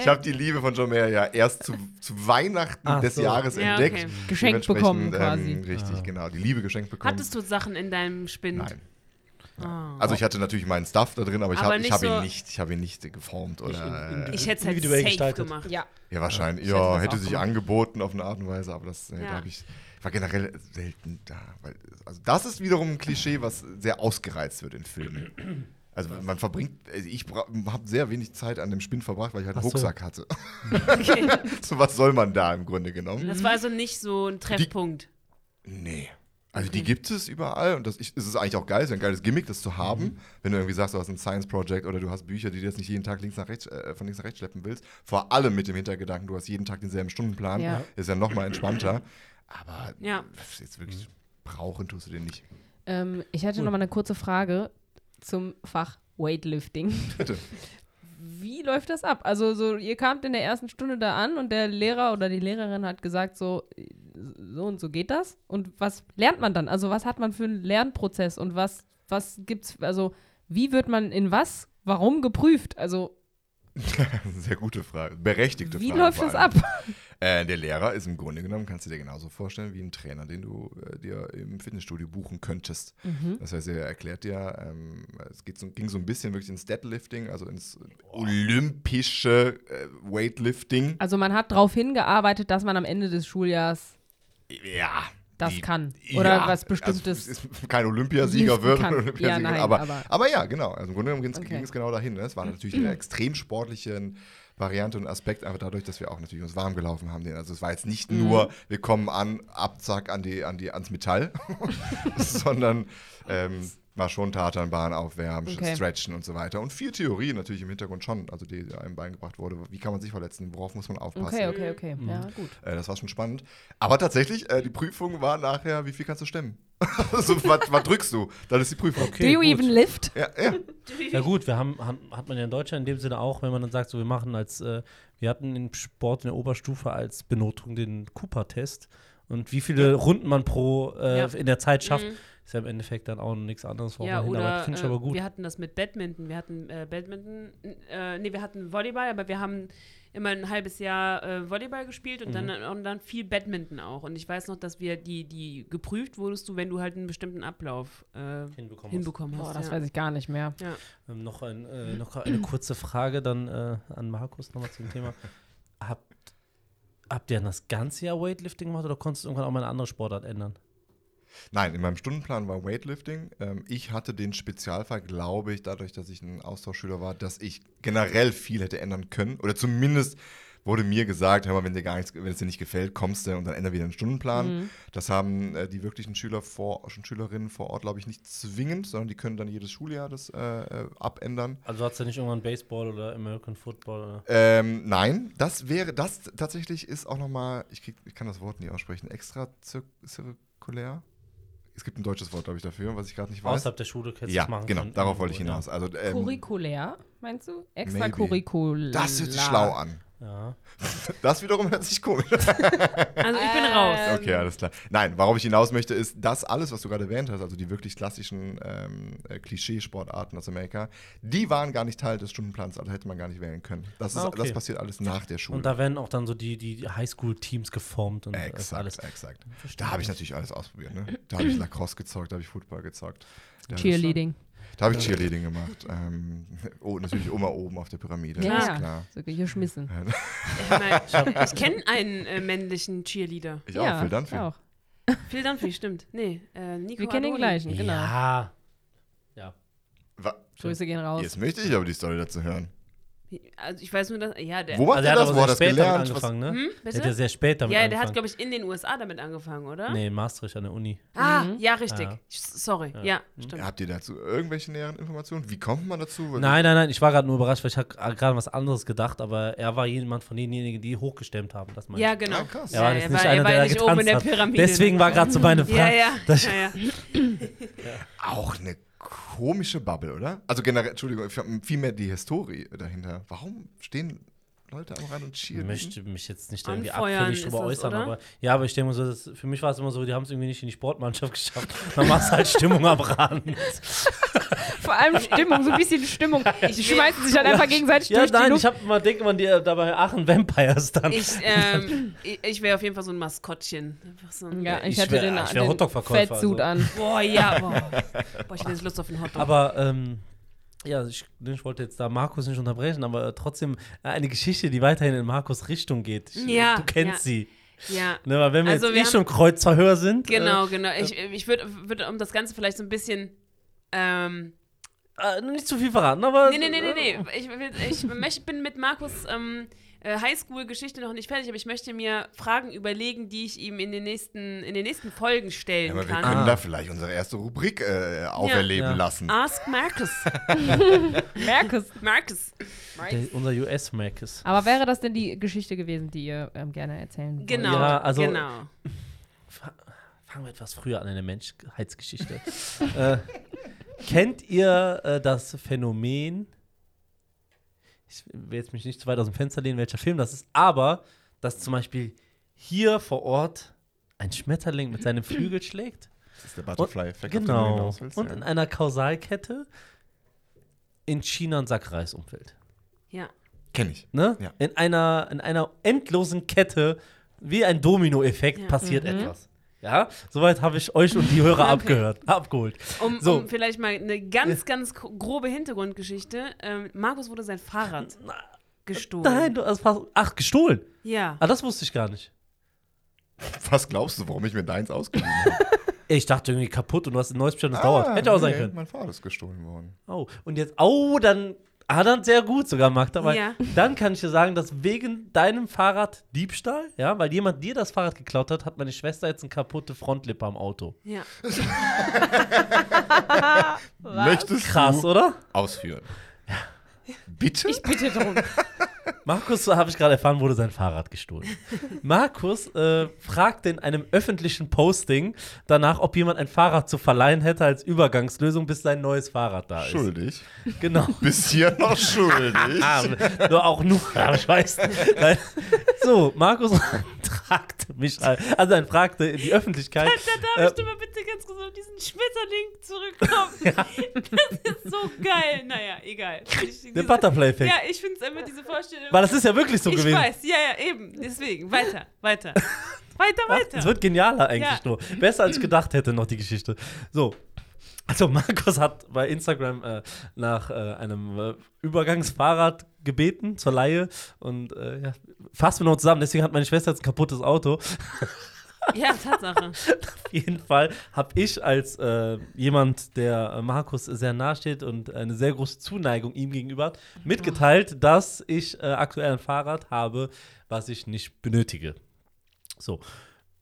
Ich habe die Liebe von John Mayer ja erst zu, zu Weihnachten Ach des so. Jahres Ja, entdeckt. Hm. okay. Geschenkt Dementsprechend, ähm, bekommen quasi. richtig, Ah. genau. Die Liebe geschenkt bekommen. Hattest du Sachen in deinem Spind? Nein. Ah. Also ich hatte natürlich meinen Stuff da drin, aber ich Aber habe nicht hab so- ihn nicht, ich habe ihn nicht geformt oder. in- äh, Mhm. ich hätte es halt Individuell safe gestaltet. gemacht. Ja. ja, wahrscheinlich. Ich hätte Ja, das hätte auch sich gemacht. angeboten auf eine Art und Weise, aber das äh, Ja. da hab ich war generell selten da. Weil, also das ist wiederum ein Klischee, was sehr ausgereizt wird in Filmen. Also man verbringt, also ich habe sehr wenig Zeit an dem Spind verbracht, weil ich halt einen Ach so. Rucksack hatte. so was soll man da im Grunde genommen? Das war also nicht so ein Treffpunkt. Nee. Also die gibt es überall und das ich, es ist eigentlich auch geil, es ist ein geiles Gimmick, das zu haben. Wenn du irgendwie sagst, du hast ein Science Project oder du hast Bücher, die du jetzt nicht jeden Tag links nach rechts, äh, von links nach rechts schleppen willst. Vor allem mit dem Hintergedanken, du hast jeden Tag denselben Stundenplan, Ja. ist ja nochmal entspannter. Aber Ja. das ist jetzt wirklich brauchen tust du den nicht. Ähm, ich hätte Cool. noch mal eine kurze Frage zum Fach Weightlifting. Bitte. Wie läuft das ab? Also so, ihr kamt in der ersten Stunde da an und der Lehrer oder die Lehrerin hat gesagt so, so und so geht das. Und was lernt man dann? Also was hat man für einen Lernprozess und was, was gibt's, also wie wird man in was, warum geprüft? Also Sehr gute Frage. Berechtigte wie Frage. läuft vor das allem. ab? Äh, der Lehrer ist im Grunde genommen, kannst du dir genauso vorstellen, wie einen Trainer, den du äh, dir im Fitnessstudio buchen könntest. Mhm. Das heißt, er erklärt dir, ähm, es geht so, ging so ein bisschen wirklich ins Deadlifting, also ins olympische äh, Weightlifting. Also man hat darauf hingearbeitet, dass man am Ende des Schuljahrs Ja. Das die- kann. Oder was Bestimmtes Also, es ist kein Olympiasieger liften wird, kann. ein Olympiasieger, Ja, nein, aber, aber- aber, ja, genau. Also im Grunde genommen ging es- Okay. ging es genau dahin. Ne? Es war natürlich eine extrem sportliche Variante und Aspekt, aber dadurch, dass wir auch natürlich uns warm gelaufen haben. Also es war jetzt nicht Mhm. nur, wir kommen an, ab, zack, an die, an die, ans Metall, sondern ähm, war schon Tatanbahn aufwärmen, Okay. stretchen und so weiter. Und viel Theorie natürlich im Hintergrund schon, also die, die einem beigebracht wurde. Wie kann man sich verletzen? Worauf muss man aufpassen? Okay, okay, okay. Mhm. Ja, gut. Äh, das war schon spannend. Aber tatsächlich, äh, die Prüfung war nachher, wie viel kannst du stemmen? also, was, was drückst du? Dann ist die Prüfung. Okay, Do you gut. even lift? Ja, ja. Ja gut, wir haben, haben hat man ja in Deutschland in dem Sinne auch, wenn man dann sagt, so wir machen als äh, wir hatten im Sport in der Oberstufe als Benotung den Cooper-Test und wie viele Runden man pro äh, Ja. in der Zeit schafft, Mhm. ist ja im Endeffekt dann auch nichts anderes, worauf Ja, man hinarbeitet. oder Finde ich äh, aber gut. wir hatten das mit Badminton. Wir hatten äh, Badminton, äh, nee, wir hatten Volleyball, aber wir haben immer ein halbes Jahr äh, Volleyball gespielt und, dann, Mhm. und dann viel Badminton auch. Und ich weiß noch, dass wir die, die geprüft wurdest du, wenn du halt einen bestimmten Ablauf äh, Hinbekommen hast. hinbekommen hast. Boah, das ja. weiß ich gar nicht mehr. Ähm, noch, ein, äh, noch eine kurze Frage dann äh, an Markus nochmal zum Thema. Habt, habt ihr dann das ganze Jahr Weightlifting gemacht oder konntest du irgendwann auch mal eine andere Sportart ändern? Nein, in meinem Stundenplan war Weightlifting. Ähm, ich hatte den Spezialfall, glaube ich, dadurch, dass ich ein Austauschschüler war, dass ich generell viel hätte ändern können. Oder zumindest wurde mir gesagt, hör mal, wenn dir gar nichts, wenn es dir nicht gefällt, kommst du und dann änder wieder den Stundenplan. Das haben äh, die wirklichen Schüler vor, Schülerinnen vor Ort, glaube ich, nicht zwingend, sondern die können dann jedes Schuljahr das äh, äh, abändern. Also hast du nicht irgendwann Baseball oder American Football? Oder? Ähm, nein, das wäre, das tatsächlich ist auch nochmal, ich, krieg- ich kann das Wort nie aussprechen, extrazirkulär. Es gibt ein deutsches Wort, glaube ich, dafür, was ich gerade nicht weiß. Außerhalb der Schule hättest ja, du's machen genau, können. darauf wollte ich Irgendwo, hinaus. Also, ähm, Curriculär, meinst du? Maybe. Extracurricular. das hört sich schlau an. Ja. ja. Das wiederum hört sich komisch Also ich bin raus. Ähm, Okay, alles klar. Nein, worauf ich hinaus möchte, ist, dass alles, was du gerade erwähnt hast, also die wirklich klassischen ähm, äh, Klischeesportarten aus Amerika, die waren gar nicht Teil des Stundenplans, also hätte man gar nicht wählen können. Das, ist, Ah, okay. das passiert alles nach der Schule. Und da werden auch dann so die, die Highschool-Teams geformt und äh, Hm. exakt, alles. exakt. Verstehe. Da habe ich natürlich alles ausprobiert. Ne? Da habe ich Lacrosse gezockt, da habe ich Football gezockt. Da hab ich- Cheerleading. Da habe ich Cheerleading gemacht. Ähm, oh, natürlich immer oben auf der Pyramide, Ja, ist klar. So geschmissen. Ich, ich kenne einen äh, männlichen Cheerleader. Ich ja, auch, Phil Dunphy. auch. Phil Dunphy, stimmt. Nee, äh, Nico Wir kennen den Adoli. gleichen, genau. Ja. Ja. Wa- Grüße gehen raus. Jetzt möchte ich aber die Story dazu hören. Also ich weiß nur, dass, ja, der, Wo war Also er hat das? aber Wo sehr hat das spät damit gelernt? Was- angefangen, ne? Hm, Der bitte? hat ja sehr spät damit ja, der hat, angefangen. glaube ich, in den USA damit angefangen, oder? nee, in Maastricht an der Uni. Ah, Mhm. ja, richtig. Ja. S- Sorry, ja, stimmt. Habt ihr dazu irgendwelche näheren Informationen? Wie kommt man dazu? Weil- Nein, nein, nein, ich war gerade nur überrascht, weil ich habe gerade was anderes gedacht, aber er war jemand von denjenigen, die hochgestemmt haben, das meine Ja, ich. genau. Ah, krass. Er war Ja, jetzt er nicht war- er einer, war der da nicht getanzt oben in der hat. Pyramide. ne? Deswegen war gerade so meine Ja, Frage. ja. dass ich- ja, ja. Auch eine komische Bubble, oder? Also generell, Entschuldigung, ich hab vielmehr die Historie dahinter. Warum stehen Leute am Rand und Ich cheerleaden? möchte mich jetzt nicht irgendwie Anfeuern abfällig ist drüber das, äußern, oder? aber ja, aber ich denke mir so, das, für mich war es immer so, die haben es irgendwie nicht in die Sportmannschaft geschafft. Dann machst du halt Stimmung am Rand. Vor allem Stimmung, so ein bisschen Stimmung. Die schmeißen sich halt einfach gegenseitig ja, durch die nein, Luft. ich habe immer denke man dir dabei Aachen Vampires dann. Ich, ähm, ich, ich wäre auf jeden Fall so ein Maskottchen. Einfach so ein, ja, ich ich hatte wär- den, ich wär den Hotdog-Verkäufer, Fettsuit also. an. Boah, ja, boah. boah ich hätte jetzt Lust auf einen Hotdog. Aber ähm, ja, ich, ne, ich wollte jetzt da Markus nicht unterbrechen, aber äh, trotzdem eine Geschichte, die weiterhin in Markus Richtung geht. Ich, Ja, du kennst ja. sie. ja. Ne, weil wenn wir Also jetzt wir eh haben- schon Kreuzverhör sind. äh, Genau, genau. Ich, ich würde, würd, um das Ganze vielleicht so ein bisschen. Ähm, Äh, äh, nicht zu viel verraten, aber. nee, nee, nee, nee, nee. Ich, will- ich möcht, bin mit Markus ähm, äh, Highschool-Geschichte noch nicht fertig, aber ich möchte mir Fragen überlegen, die ich ihm in den nächsten, in den nächsten Folgen stellen Ja, aber wir kann. können da vielleicht unsere erste Rubrik äh, auferleben Ja. Ah. lassen. Ask Markus. Merk es. Markus. Der, unser US-Mac ist. Aber wäre das denn die Geschichte gewesen, die ihr ähm, gerne erzählen wollt? Genau. Ja, also- genau. Fangen wir etwas früher an in der Menschheitsgeschichte. äh, kennt ihr äh, das Phänomen? Ich will jetzt mich nicht zu weit aus dem Fenster lehnen, welcher Film das ist, aber dass zum Beispiel hier vor Ort ein Schmetterling mit seinem Flügel schlägt Das ist der Butterfly-Effekt. auf den du Genau. hinaus willst, Und ja. in einer Kausalkette in China ein Sack Reis umfällt. Ja. Kenn ich. Ne? Ja. In, einer, in einer endlosen Kette, wie ein Domino-Effekt, Ja. Mhm. passiert etwas. Ja, soweit habe ich euch und die Hörer abgehört, abgeholt. Um, So. um vielleicht mal eine ganz, ganz ko- grobe Hintergrundgeschichte. Ähm, Markus wurde sein Fahrrad gestohlen. Nein, du hast fast, ach, gestohlen. Ja. Ah, das wusste ich gar nicht. Was glaubst du, warum ich mir deins ausgeliehen habe? Ich dachte irgendwie kaputt und du hast ein neues Ah, Bestand, das dauert. Hätte auch sein nee, können. Mein Fahrrad ist gestohlen worden. Oh, und jetzt, oh, dann, ah, dann sehr gut sogar, Magda, weil Ja. dann kann ich dir sagen, dass wegen deinem Fahrraddiebstahl, ja, weil jemand dir das Fahrrad geklaut hat, hat meine Schwester jetzt eine kaputte Frontlippe am Auto. ja. Möchtest Krass, du oder? ausführen? Bitte? Bitte drum. Markus, habe ich gerade erfahren, wurde sein Fahrrad gestohlen. Markus äh, fragte in einem öffentlichen Posting danach, ob jemand ein Fahrrad zu verleihen hätte als Übergangslösung, bis sein neues Fahrrad da ist. schuldig. Genau. Bist hier noch schuldig. Ah, nur auch nur, aber ich weiß. Nein. So, Markus fragte mich, also dann fragte die Öffentlichkeit. äh, Da darf ich mal bitte ganz kurz auf diesen Schmetterling zurückkommen. Das ist so geil. Naja, egal. Ich, Der diese- Butterfly-Effekt. ja, ich finde es immer diese Vorstellung. Weil das ist ja wirklich so ich gewesen. weiß, ja, ja, eben. Deswegen, weiter, weiter. Weiter, Ach, weiter. Es wird genialer eigentlich Ja. nur. Besser als ich gedacht hätte noch die Geschichte. So. Also Markus hat bei Instagram äh, nach äh, einem äh, Übergangsfahrrad gebeten zur Laie und äh, ja, fassen wir noch zusammen. Deswegen hat meine Schwester jetzt ein kaputtes Auto. ja, Tatsache. Ah, Auf jeden Fall habe ich als äh, jemand, der äh, Markus sehr nahe steht und eine sehr große Zuneigung ihm gegenüber hat, mitgeteilt, dass ich äh, aktuell ein Fahrrad habe, was ich nicht benötige. So.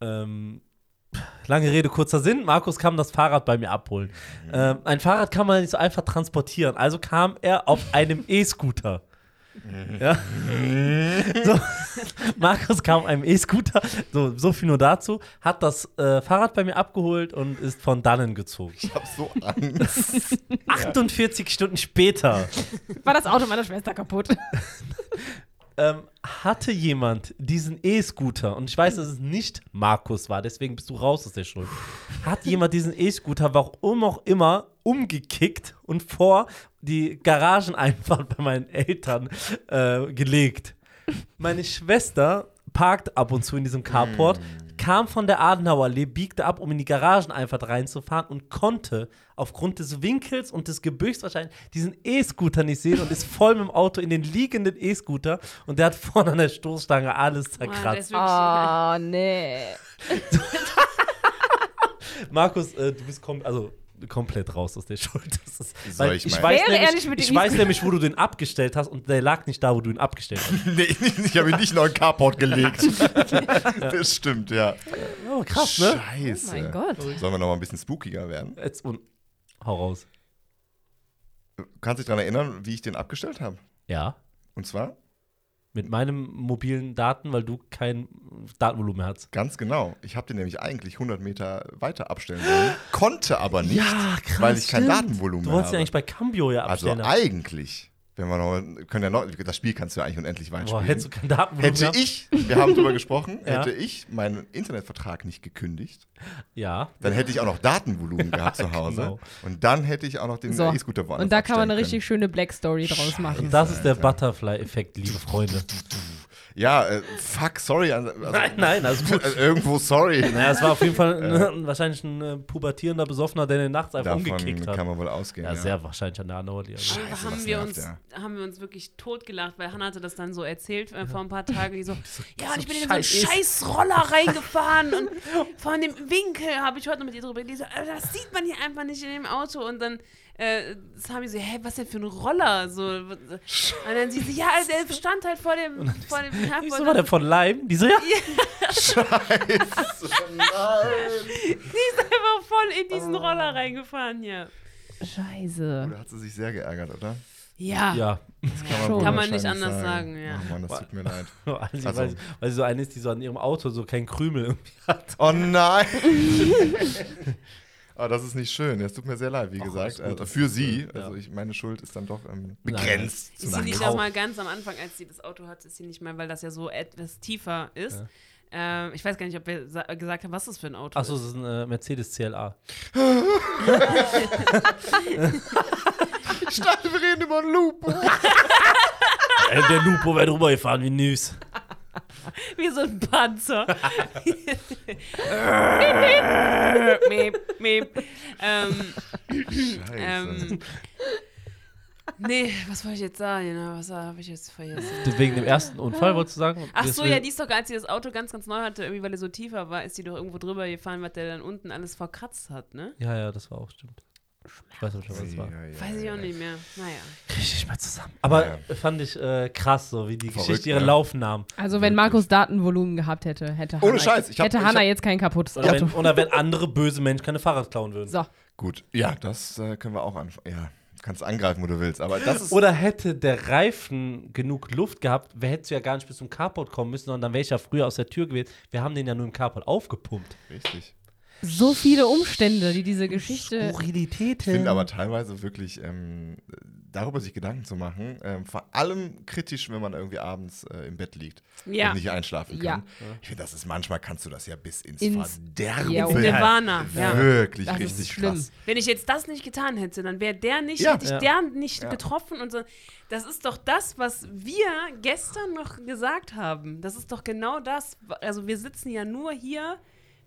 Ähm, lange Rede, kurzer Sinn. Markus kam das Fahrrad bei mir abholen. Ähm, ein Fahrrad kann man nicht so einfach transportieren. Also kam er auf einem E-Scooter. Ja. So, Markus kam auf einem E-Scooter, so, so viel nur dazu, hat das äh, Fahrrad bei mir abgeholt und ist von dannen gezogen. Ich hab so Angst. 48 Stunden später War das Auto meiner Schwester kaputt? ähm, hatte jemand diesen E-Scooter, und ich weiß, dass es nicht Markus war, deswegen bist du raus aus der Schuld, hat jemand diesen E-Scooter, warum auch immer, umgekickt und vor die Garageneinfahrt bei meinen Eltern äh, gelegt. Meine Schwester parkt ab und zu in diesem Carport, kam von der Adenauerallee, biegte ab, um in die Garageneinfahrt reinzufahren und konnte aufgrund des Winkels und des Gebirgs wahrscheinlich diesen E-Scooter nicht sehen und ist voll mit dem Auto in den liegenden E-Scooter und der hat vorne an der Stoßstange alles Ah, der zerkratzt. ist wirklich- nee. Markus, äh, du bist kom also komplett raus aus der Schuld. Das ist, Soll ich mal- weiß Wäre nämlich, ehrlich mit dem ich weiß E-Scooter. nämlich, wo du den abgestellt hast und der lag nicht da, wo du ihn abgestellt hast. nee, ich habe ihn nicht in einen Carport gelegt. das stimmt, ja. Oh, krass, ne? Scheiße. Mein Gott. Sollen wir noch mal ein bisschen spookiger werden? Jetzt und hau raus. Du kannst dich daran erinnern, wie ich den abgestellt habe. Ja. Und zwar Mit meinem mobilen Daten, weil du kein Datenvolumen mehr hast. ganz genau. Ich habe den nämlich eigentlich 100 Meter weiter abstellen wollen, konnte aber nicht, Ja, krass, weil ich kein stimmt. Datenvolumen Du habe. wolltest ja eigentlich bei Cambio ja also abstellen. ne? eigentlich, wenn wir noch, können ja noch, das Spiel kannst du ja eigentlich unendlich weit Boah, spielen. hättest du kein Datenvolumen Hätte gehabt? ich, wir haben drüber gesprochen, Ja. hätte ich meinen Internetvertrag nicht gekündigt, Ja. dann hätte ich auch noch Datenvolumen gehabt zu Hause. genau. Und dann hätte ich auch noch den So. E-Scooter woanders Und da kann abstellen man eine können. richtig schöne Black Story draus machen. Das ist der Butterfly-Effekt, liebe Freunde. Ja, äh, fuck, sorry. Also, Nein, nein, also gut. also irgendwo sorry. Naja, es war auf jeden Fall ein, wahrscheinlich ein äh, pubertierender Besoffener, der den nachts einfach Davon umgekickt hat. kann man wohl ausgehen. Ja, sehr wahrscheinlich an der Anorlie. Also. Da Scheiße, haben was wir, uns, nervt, ja. haben wir uns wirklich totgelacht, weil Hannah hatte das dann so erzählt äh, vor ein paar Tagen. Die so, ja, und ich bin in so einen scheiß- scheiß Roller reingefahren und von dem Winkel habe ich heute noch mit ihr drüber gelesen. Aber das sieht man hier einfach nicht in dem Auto. Und dann äh, haben wir so, hä, was denn für ein Roller? So, und dann sie so, ja, also er stand halt vor dem, vor dem Ich Carport. so war der von Leim. Die so, ja, Scheiße, nein. Die ist einfach voll in diesen Roller reingefahren hier. Scheiße. Da hat sie sich sehr geärgert, oder? Ja. ja. Das kann Schon. wohl Kann man nicht wahrscheinlich anders sagen, ja. Oh Mann, das tut mir leid. Also, Also- Weil, weil sie so eine ist, die so an ihrem Auto so keinen Krümel irgendwie hat. Oh nein. Aber das ist nicht schön. Es tut mir sehr leid, wie gesagt. alles gut, äh, Also für sie, ja. also ich, meine Schuld ist dann doch ähm, Nein. begrenzt. Ist sie Zum nicht Verkauf. auch mal ganz am Anfang, als sie das Auto hat, ist sie nicht mal, weil das ja so etwas tiefer ist. Ähm, ich weiß gar nicht, ob wir sa- gesagt haben, was das für ein Auto Achso, ist. es ist ein äh, Mercedes CLA. Stein, wir reden über einen Lupo. Äh, der Lupo wäre drüber gefahren wie Nüs. Wie so ein Panzer. meep, meep, meep. Ähm, Scheiße. ähm, nee, was wollte ich jetzt sagen? Genau, Was habe ich jetzt vergessen? Wegen dem ersten Unfall, wolltest du sagen? Ah. Ach so, Deswegen- ja, die ist doch, als sie das Auto ganz, ganz neu hatte, irgendwie weil er so tiefer war, ist die doch irgendwo drüber gefahren, was der dann unten alles verkratzt hat, ne? Ja, ja, das war auch stimmt. Ich weiß nicht, was das war. Ja, ja, Weiß ich ja. auch nicht mehr. Naja. Krieg ich nicht mehr zusammen. Aber Ja. äh, fand ich äh, krass, so wie die Verrückt, Geschichte ihren ne? Lauf nahm. Also wenn Markus Datenvolumen gehabt hätte, hätte Ohne Hannah- Scheiß, ich hab- hätte ich Hanna hab- jetzt kein kaputtes Oder, Auto. wenn, oder wenn andere böse Menschen keine Fahrrad klauen würden. So, Gut, ja, das äh, können wir auch anfangen. Ja, kannst angreifen, wo du willst. Aber das ist Oder hätte der Reifen genug Luft gehabt, wär- hättest du ja gar nicht bis zum Carport kommen müssen, sondern dann wäre ich ja früher aus der Tür gewesen. Wir haben den ja nur im Carport aufgepumpt. richtig. so viele Umstände, die diese Geschichte. Skurrilitäten. Ich finde aber teilweise wirklich, ähm, darüber sich Gedanken zu machen, ähm, vor allem kritisch, wenn man irgendwie abends äh, im Bett liegt Ja. und nicht einschlafen kann. Ja. Ich finde, das ist manchmal kannst du das ja bis ins, Ins- Verderben. Ja, führen. Nirvana, ja. Wirklich Das ist richtig schlimm. krass. Wenn ich jetzt das nicht getan hätte, dann wäre der nicht, Ja. hätte ich Ja. der nicht Ja. getroffen und so. Das ist doch das, was wir gestern noch gesagt haben. Das ist doch genau das. Also wir sitzen ja nur hier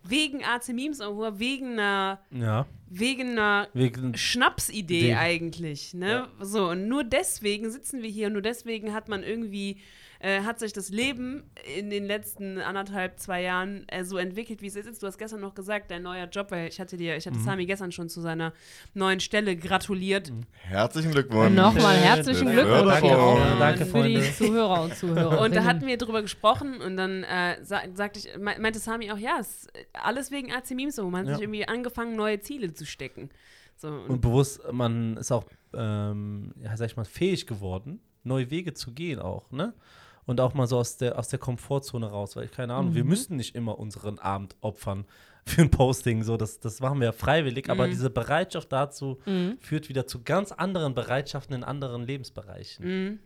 wegen AC Memes und nur wegen einer, Ja. wegen einer Wegen Schnapsidee Die- eigentlich, ne? So, und nur deswegen sitzen wir hier, nur deswegen hat man irgendwie, äh, hat sich das Leben in den letzten anderthalb, zwei Jahren äh, so entwickelt, wie es jetzt ist. Du hast gestern noch gesagt, dein neuer Job, weil ich hatte dir, ich Mhm. hatte Sami gestern schon zu seiner neuen Stelle gratuliert. Mhm. Herzlichen Glückwunsch. Nochmal Schön. herzlichen Ja, Glückwunsch danke. hier auch Ja, danke, für die Freunde. Zuhörer und Zuhörer. Und da hatten wir drüber gesprochen und dann äh, sa sagte ich, me- meinte Sami auch, ja, es, alles wegen AC Memes so. Man hat Ja. sich irgendwie angefangen, neue Ziele zu stecken. So, und bewusst, man ist auch, ähm, ja, sag ich mal, fähig geworden, neue Wege zu gehen auch, ne? Und auch mal so aus der, aus der Komfortzone raus, weil keine Ahnung, Mhm. wir müssen nicht immer unseren Abend opfern für ein Posting, so, das, das machen wir ja freiwillig, Mhm. aber diese Bereitschaft dazu führt wieder zu ganz anderen Bereitschaften in anderen Lebensbereichen. Mhm.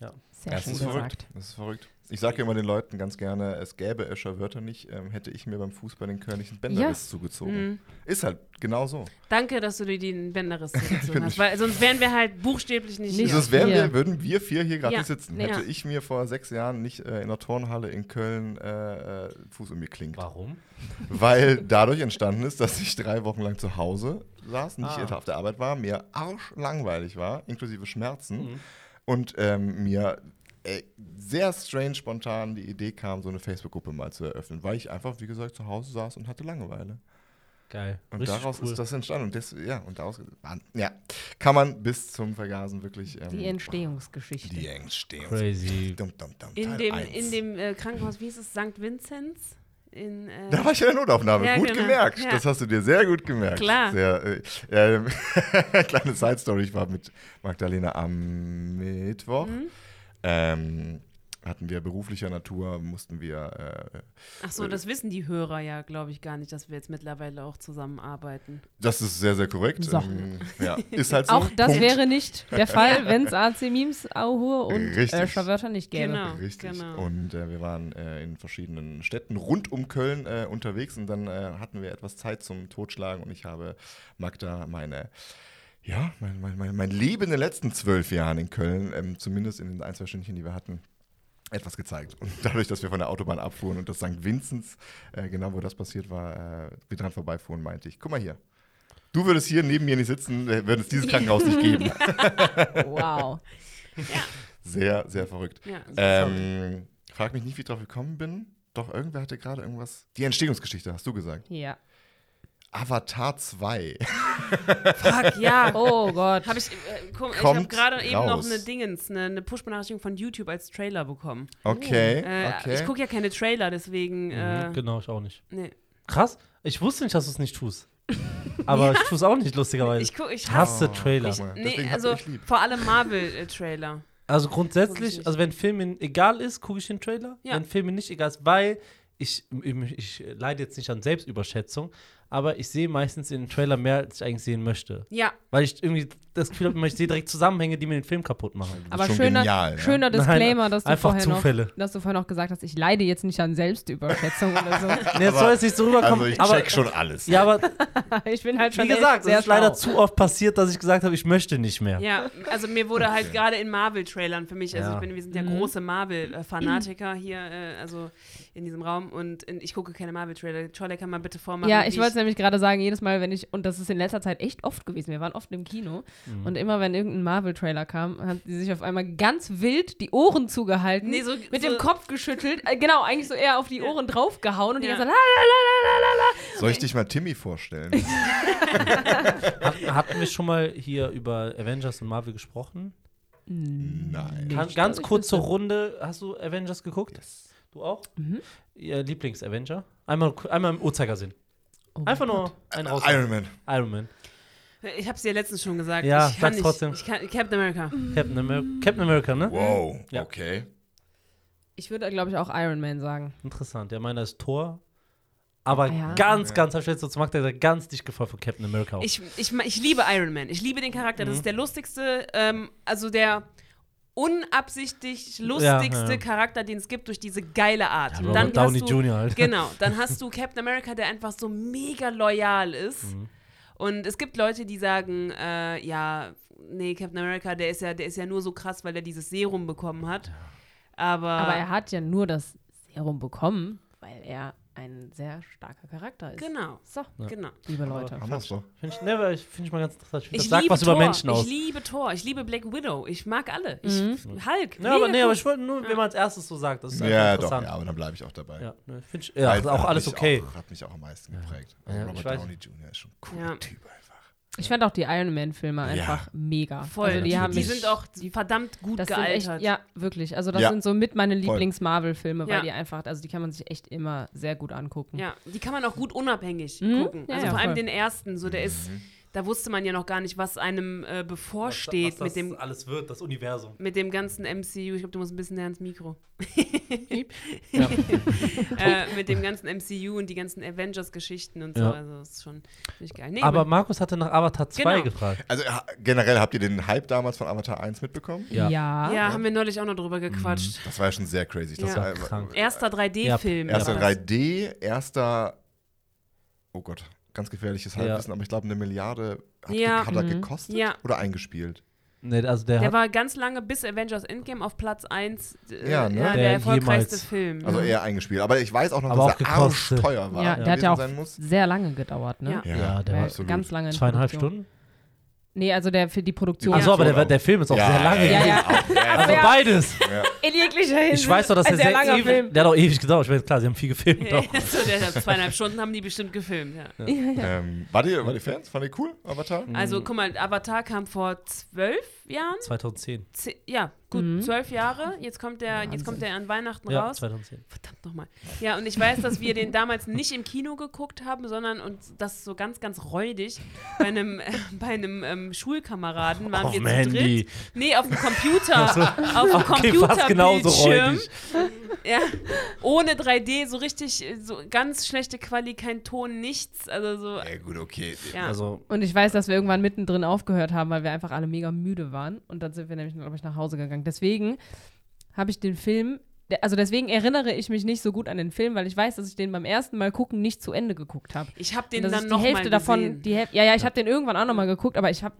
Ja. Sehr Das schön ist verrückt. gesagt. Das ist verrückt. Ich sage immer den Leuten ganz gerne, es gäbe Öscher Wörter nicht, ähm, hätte ich mir beim Fußball den körnlichen Bänderriss zugezogen. Mhm. Ist halt genau so. Danke, dass du dir den Bänderriss bin gezogen hast, nicht- weil sonst wären wir halt buchstäblich nicht Nicht hier. Sonst wären wir, Ja. würden wir vier hier gerade Ja. nicht sitzen. Ja. Hätte ich mir vor sechs Jahren nicht äh, in der Turnhalle in Köln äh, äh, Fuß umgeklinkt. Warum? Weil dadurch entstanden ist, dass ich drei Wochen lang zu Hause saß, nicht Ah. auf der Arbeit war, mir arschlangweilig war, inklusive Schmerzen. Mhm. Und ähm, mir äh, sehr strange spontan die Idee kam, so eine Facebook-Gruppe mal zu eröffnen, weil ich einfach, wie gesagt, zu Hause saß und hatte Langeweile. Geil. Und Richtig daraus cool. ist das entstanden. Und des, ja, und daraus ah, ja, kann man bis zum Vergasen wirklich ähm, Die Entstehungsgeschichte. die Entstehung. Crazy. Dum, dum, dum, In Teil dem, eins. in dem äh, Krankenhaus, wie hieß es, St. Vinzenz? In, äh, Da war ich in der Notaufnahme. Ja, gut genau. gemerkt. Ja. Das hast du dir sehr gut gemerkt. Klar. Sehr, äh, ähm, kleine Side-Story. Ich war mit Magdalena am Mittwoch. Mhm. Ähm, hatten wir beruflicher Natur, mussten wir. Äh, ach so, das wissen die Hörer ja, glaube ich, gar nicht, dass wir jetzt mittlerweile auch zusammenarbeiten. das ist sehr, sehr korrekt. So. Ähm, ja, ist halt so. Auch das Punkt. wäre nicht der Fall, wenn es AC Memes, Auhur und Richtig. äh, Wörter nicht gäbe. Genau. Richtig. genau. Und äh, wir waren äh, in verschiedenen Städten rund um Köln äh, unterwegs und dann äh, hatten wir etwas Zeit zum Totschlagen und ich habe Magda meine, ja, mein, mein, mein, mein Leben in den letzten zwölf Jahren in Köln, ähm, zumindest in den ein, zwei Stündchen, die wir hatten, etwas gezeigt. Und dadurch, dass wir von der Autobahn abfuhren und das St. Vinzenz, äh, genau wo das passiert war, äh, wir dran vorbeifuhren, meinte ich, guck mal hier. Du würdest hier neben mir nicht sitzen, äh, würde es dieses Krankenhaus nicht geben. Wow. Sehr, sehr verrückt. Ja. Ähm, frag mich nicht, wie ich drauf gekommen bin. Doch, irgendwer hatte gerade irgendwas. Die Entstehungsgeschichte, hast du gesagt. Ja. Avatar 2. Fuck, ja. Oh Gott. Hab ich äh, komm, ich habe Kommt gerade eben noch raus. eine Dingens, eine, eine Push-Benachrichtigung von YouTube als Trailer bekommen. Okay. Oh, Äh, Ich okay. gucke ja keine Trailer, deswegen. Mhm, Äh, genau, ich auch nicht. nee. Krass, ich wusste nicht, dass du es nicht tust. Aber ich tue es auch nicht, lustigerweise. Ich, guck, ich Ich hasse Oh, Trailer. guck mal. Nee, Deswegen also hab ich lieb. vor allem Marvel-Trailer. Also Guck ich grundsätzlich, nicht. also wenn Film mir egal ist, gucke ich den Trailer. Ja. Wenn Film mir nicht egal ist, weil ich, ich, ich leide jetzt nicht an Selbstüberschätzung, aber ich sehe meistens in den Trailer mehr, als ich eigentlich sehen möchte. ja, Weil ich irgendwie das Gefühl habe, ich sehe direkt Zusammenhänge, die mir den Film kaputt machen. Aber schon schöner, genial, ne? schöner Disclaimer, Nein, dass, du einfach vorher Zufälle. noch, dass du vorher noch gesagt hast, ich leide jetzt nicht an Selbstüberschätzung oder so. Nee, jetzt soll es nicht so rüberkommen. Also ich aber, check schon alles. Ja, aber Ich bin halt schon wie gesagt, echt sehr es ist leider schlau. zu oft passiert, dass ich gesagt habe, ich möchte nicht mehr. Ja, also mir wurde halt gerade in Marvel-Trailern für mich, also Ja. ich bin, wir sind ja Mhm. große Marvel-Fanatiker hier, äh, also in diesem Raum und in, ich gucke keine Marvel-Trailer. Trolley kann man bitte vormachen. Ja, wie ich wollte es nämlich gerade sagen, jedes Mal, wenn ich, und das ist in letzter Zeit echt oft gewesen, wir waren oft im Kino Mhm. und immer, wenn irgendein Marvel-Trailer kam, hat sie sich auf einmal ganz wild die Ohren zugehalten, Nee, so- mit so- dem Kopf geschüttelt, äh, genau, eigentlich so eher auf die Ohren draufgehauen und die Ja. ganze Zeit, la, la, la, la, la, la. Soll ich dich mal Timmy vorstellen? Hatten, hatten wir schon mal hier über Avengers und Marvel gesprochen? Nein. Kann, Ich ganz glaub, ich kurz zur Runde. Hast du Avengers geguckt? Du auch? Mhm. Ihr Lieblings-Avenger? Einmal, einmal im Uhrzeigersinn. Oh Einfach nur einen raus. Iron Man. Iron Man. ich ich habe es dir letztens schon gesagt. Ja, ich kann sag's nicht, trotzdem. Ich kann, Captain America. Captain America, Captain America ne? Wow. Ja. Okay. Ich würde, glaube ich, auch Iron Man sagen. Interessant. Ja, meiner ist Thor. Ah Aber Ja. ganz, ganz, hab ich letztens zu Marc gesagt, ganz dicht gefolgt von Captain America. auch. Ich, ich, ma- ich liebe Iron Man. Ich liebe den Charakter. Mhm. Das ist der lustigste, ähm, also der unabsichtlich lustigste Ja, ja. Charakter, den es gibt, durch diese geile Art. Ja, Und Robert dann Downey hast du, Jr. halt. Genau. Dann hast du Captain America, der einfach so mega loyal ist. Mhm. Und es gibt Leute, die sagen, äh, ja, nee, Captain America, der ist ja, der ist ja nur so krass, weil er dieses Serum bekommen hat. Aber, Aber er hat ja nur das Serum bekommen, weil er ein sehr starker Charakter ist. genau, So, genau. liebe Leute. Haben wir es doch. Finde ich, ne, weil ich, find ich mal ganz interessant. Ich find, Ich das sagt liebe was Thor. über Menschen aus. Ich liebe Thor. Ich liebe Black Widow. Ich mag alle. Ich, Mhm. Hulk. Ja, Ne, aber, mega nee, aber cool. ich wollte nur, wenn man als erstes so sagt, das ist einfach Ja, doch, interessant. ja, aber dann bleibe ich auch dabei. Ja, ne, find ich, ja Weil ist auch hat alles mich okay. Auch, hat mich auch am meisten geprägt. Also Ja, ich Robert weiß. Downey Jr. ist schon ein cooler Ja. Typ einfach. Ich fand auch die Iron Man-Filme Ja. einfach mega. Voll. Also die die haben die mich sind auch verdammt gut Das gealtert. sind echt, ja, wirklich. Also das Ja. sind so mit meine Lieblings-Marvel-Filme, weil Ja. die einfach, also die kann man sich echt immer sehr gut angucken. Ja, die kann man auch gut unabhängig Mhm. gucken. Ja, Also ja, vor allem voll. den ersten, so der ist, Mhm. da wusste man ja noch gar nicht, was einem äh, bevorsteht was mit das dem alles wird, das Universum. mit dem ganzen MCU. Ich glaube, du musst ein bisschen näher ans Mikro. Ja. äh, mit dem ganzen MCU und die ganzen Avengers-Geschichten und so. Ja. Also das ist schon finde ich geil. Nee, Aber Markus hatte nach Avatar 2 Genau. gefragt. Also ha- generell habt ihr den Hype damals von Avatar 1 mitbekommen? Ja. Mhm. ja. ja, haben wir neulich auch noch drüber gequatscht. Das war ja schon sehr crazy. äh, Das Ja. war, Das war krank. Erster 3D-Film. Erster Ja. 3D, erster. Oh Gott, ganz gefährliches Halbwissen, aber ich glaube, eine Milliarde hat, ge- Ja. hat er Mhm. gekostet Ja. oder eingespielt. Nee, also der, Der hat, war ganz lange bis Avengers Endgame auf Platz 1 äh, Ja, ne? ja, der, Der erfolgreichste jemals. Film. Also eher eingespielt. Aber ich weiß auch noch, Aber dass auch er gekostet. arschteuer war. ne, Ja, der hat gewesen ja auch sein muss. sehr lange gedauert, ne? Ja. Ja, Ja, der Weil war absolut. Ganz lange. in zweieinhalb Produktion. Stunden. Nee, also der für die Produktion. Achso, aber der, Produktion der Film ist auch sehr lange. ja, gewesen. ja. auch, ja, Also ja. beides. In jeglicher Hinsicht. Ich weiß doch, dass ein der sehr, langer ewig, Film. der hat auch ewig gedauert. Ich meine, klar, sie haben viel gefilmt. Auch. so, der, zweieinhalb Stunden haben die bestimmt gefilmt. Ja. Ähm, wart, ihr, wart ihr Fans? Fand ihr cool, Avatar? Also guck mal, Avatar kam vor zwölf Jahren, 2010. Ze- ja gut zwölf Jahre. Jetzt kommt der, jetzt kommt der an Weihnachten Mhm. Ja, raus. 2010. Verdammt nochmal. Ja und ich weiß, dass wir den damals nicht im Kino geguckt haben, sondern uns das so ganz ganz räudig bei einem äh, bei einem ähm, Schulkameraden waren Auf wir dem zu Handy. dritt. Nee, auf dem Computer, auf dem Okay, fast genauso Computerbildschirm. räudig. Ja, ohne 3D, so richtig, äh, so ganz schlechte Quali, kein Ton, nichts. Also so, Ja, gut, okay. ja. Also, Und ich weiß, dass wir irgendwann mittendrin aufgehört haben, weil wir einfach alle mega müde waren. Und dann sind wir nämlich, glaube ich, nach Hause gegangen. Deswegen habe ich den Film, der- also deswegen erinnere ich mich nicht so gut an den Film, weil ich weiß, dass ich den beim ersten Mal gucken nicht zu Ende geguckt habe. ich habe den Und dass dann ich noch die Hälfte mal davon, gesehen. die Häl ja, ja, ich habe den irgendwann auch nochmal geguckt, aber ich habe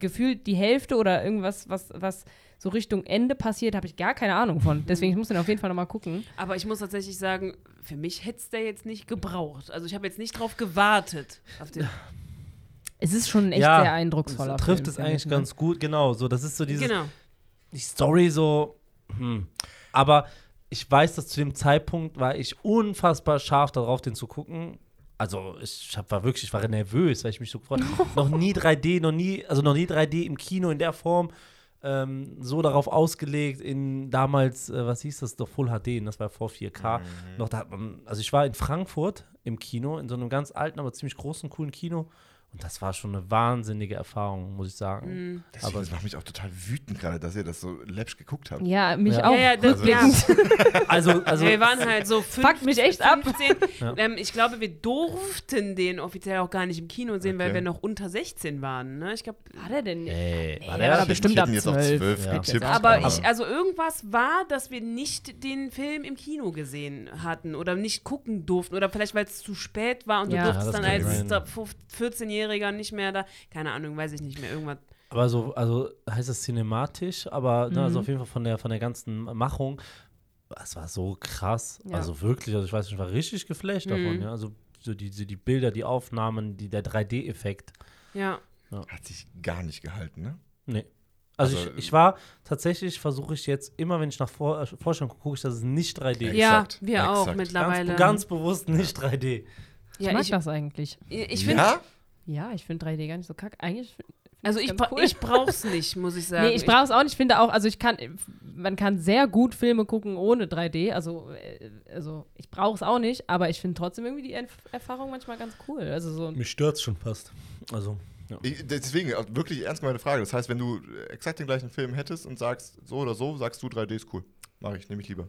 gefühlt die Hälfte oder irgendwas, was, was so Richtung Ende passiert, habe ich gar keine Ahnung von. Deswegen, ich muss den auf jeden Fall nochmal gucken. Aber ich muss tatsächlich sagen, für mich hätte es der jetzt nicht gebraucht. Also ich habe jetzt nicht drauf gewartet. Auf den Es ist schon ein echt ja, sehr eindrucksvoller es trifft Film, es finde eigentlich ich, ne? ganz gut, genau. So, das ist so dieses, genau. die Story so, hm. aber ich weiß, dass zu dem Zeitpunkt war ich unfassbar scharf darauf, den zu gucken. Also ich hab, war wirklich, ich war nervös, weil ich mich so gefreut habe. noch nie 3D, noch nie, also noch nie 3D im Kino in der Form ähm, so darauf ausgelegt. In damals, äh, was hieß das, doch Full HD, das war vor 4K. Noch da hat man, also ich war in Frankfurt im Kino in so einem ganz alten, aber ziemlich großen, coolen Kino. Und das war schon eine wahnsinnige Erfahrung, muss ich sagen. Mhm. Deswegen, aber das macht mich auch total wütend gerade, dass ihr das so läppsch geguckt habt. ne? Ja, mich Ja. auch. Ja, ja, das, ja. Also, also wir waren halt so fünf, Fuckt mich echt ab. 15. Ähm, ich glaube, wir durften den offiziell auch gar nicht im Kino sehen, weil Okay. wir noch unter 16 waren. Ne? Ich glaube, War der denn? Ey, Äh, war Ja, der aber Ich bestimmt hätten ab jetzt auf 12, zwölf ja. getippt. aber ich, also irgendwas war, dass wir nicht den Film im Kino gesehen hatten oder nicht gucken durften oder vielleicht weil es zu spät war und Ja. du Ja, durftest das dann kann als sein. 14-Jähriger nicht mehr da. Keine Ahnung, weiß ich nicht mehr. Irgendwas. Aber so, also heißt das cinematisch, aber ne, Mhm. also auf jeden Fall von der von der ganzen Machung, es war so krass. Ja. Mhm. Also wirklich, also ich weiß nicht, ich war richtig geflasht davon, ja. Also so die, so die Bilder, die Aufnahmen, die, der 3D-Effekt. Ja. Hat sich gar nicht gehalten, ne? Nee. Also, Also, ich, ich war tatsächlich, versuche ich jetzt immer, wenn ich nach Vor äh, Vorstellung gucke, gucke ich, dass es nicht 3D ist. Ja, Exakt, wir auch exakt. mittlerweile. Ganz, ganz bewusst nicht 3D. Ich ja, mag ich, das eigentlich. ich finde, ja? Ja, ich finde 3D gar nicht so kack. Eigentlich. find- find also ich, ganz bra ich brauch's nicht, muss ich sagen. Nee, ich brauche es auch nicht. Ich finde auch, also ich kann, man kann sehr gut Filme gucken ohne 3D. Also, äh, also ich brauche es auch nicht, aber ich finde trotzdem irgendwie die Erf Erfahrung manchmal ganz cool. Also so. Mich stört schon fast. Also, ja. Ich, deswegen, auch wirklich ernst gemeinte Frage. Das heißt, wenn du exakt den gleichen Film hättest und sagst, so oder so, sagst du 3D ist cool. Mach ich, nehme ich lieber.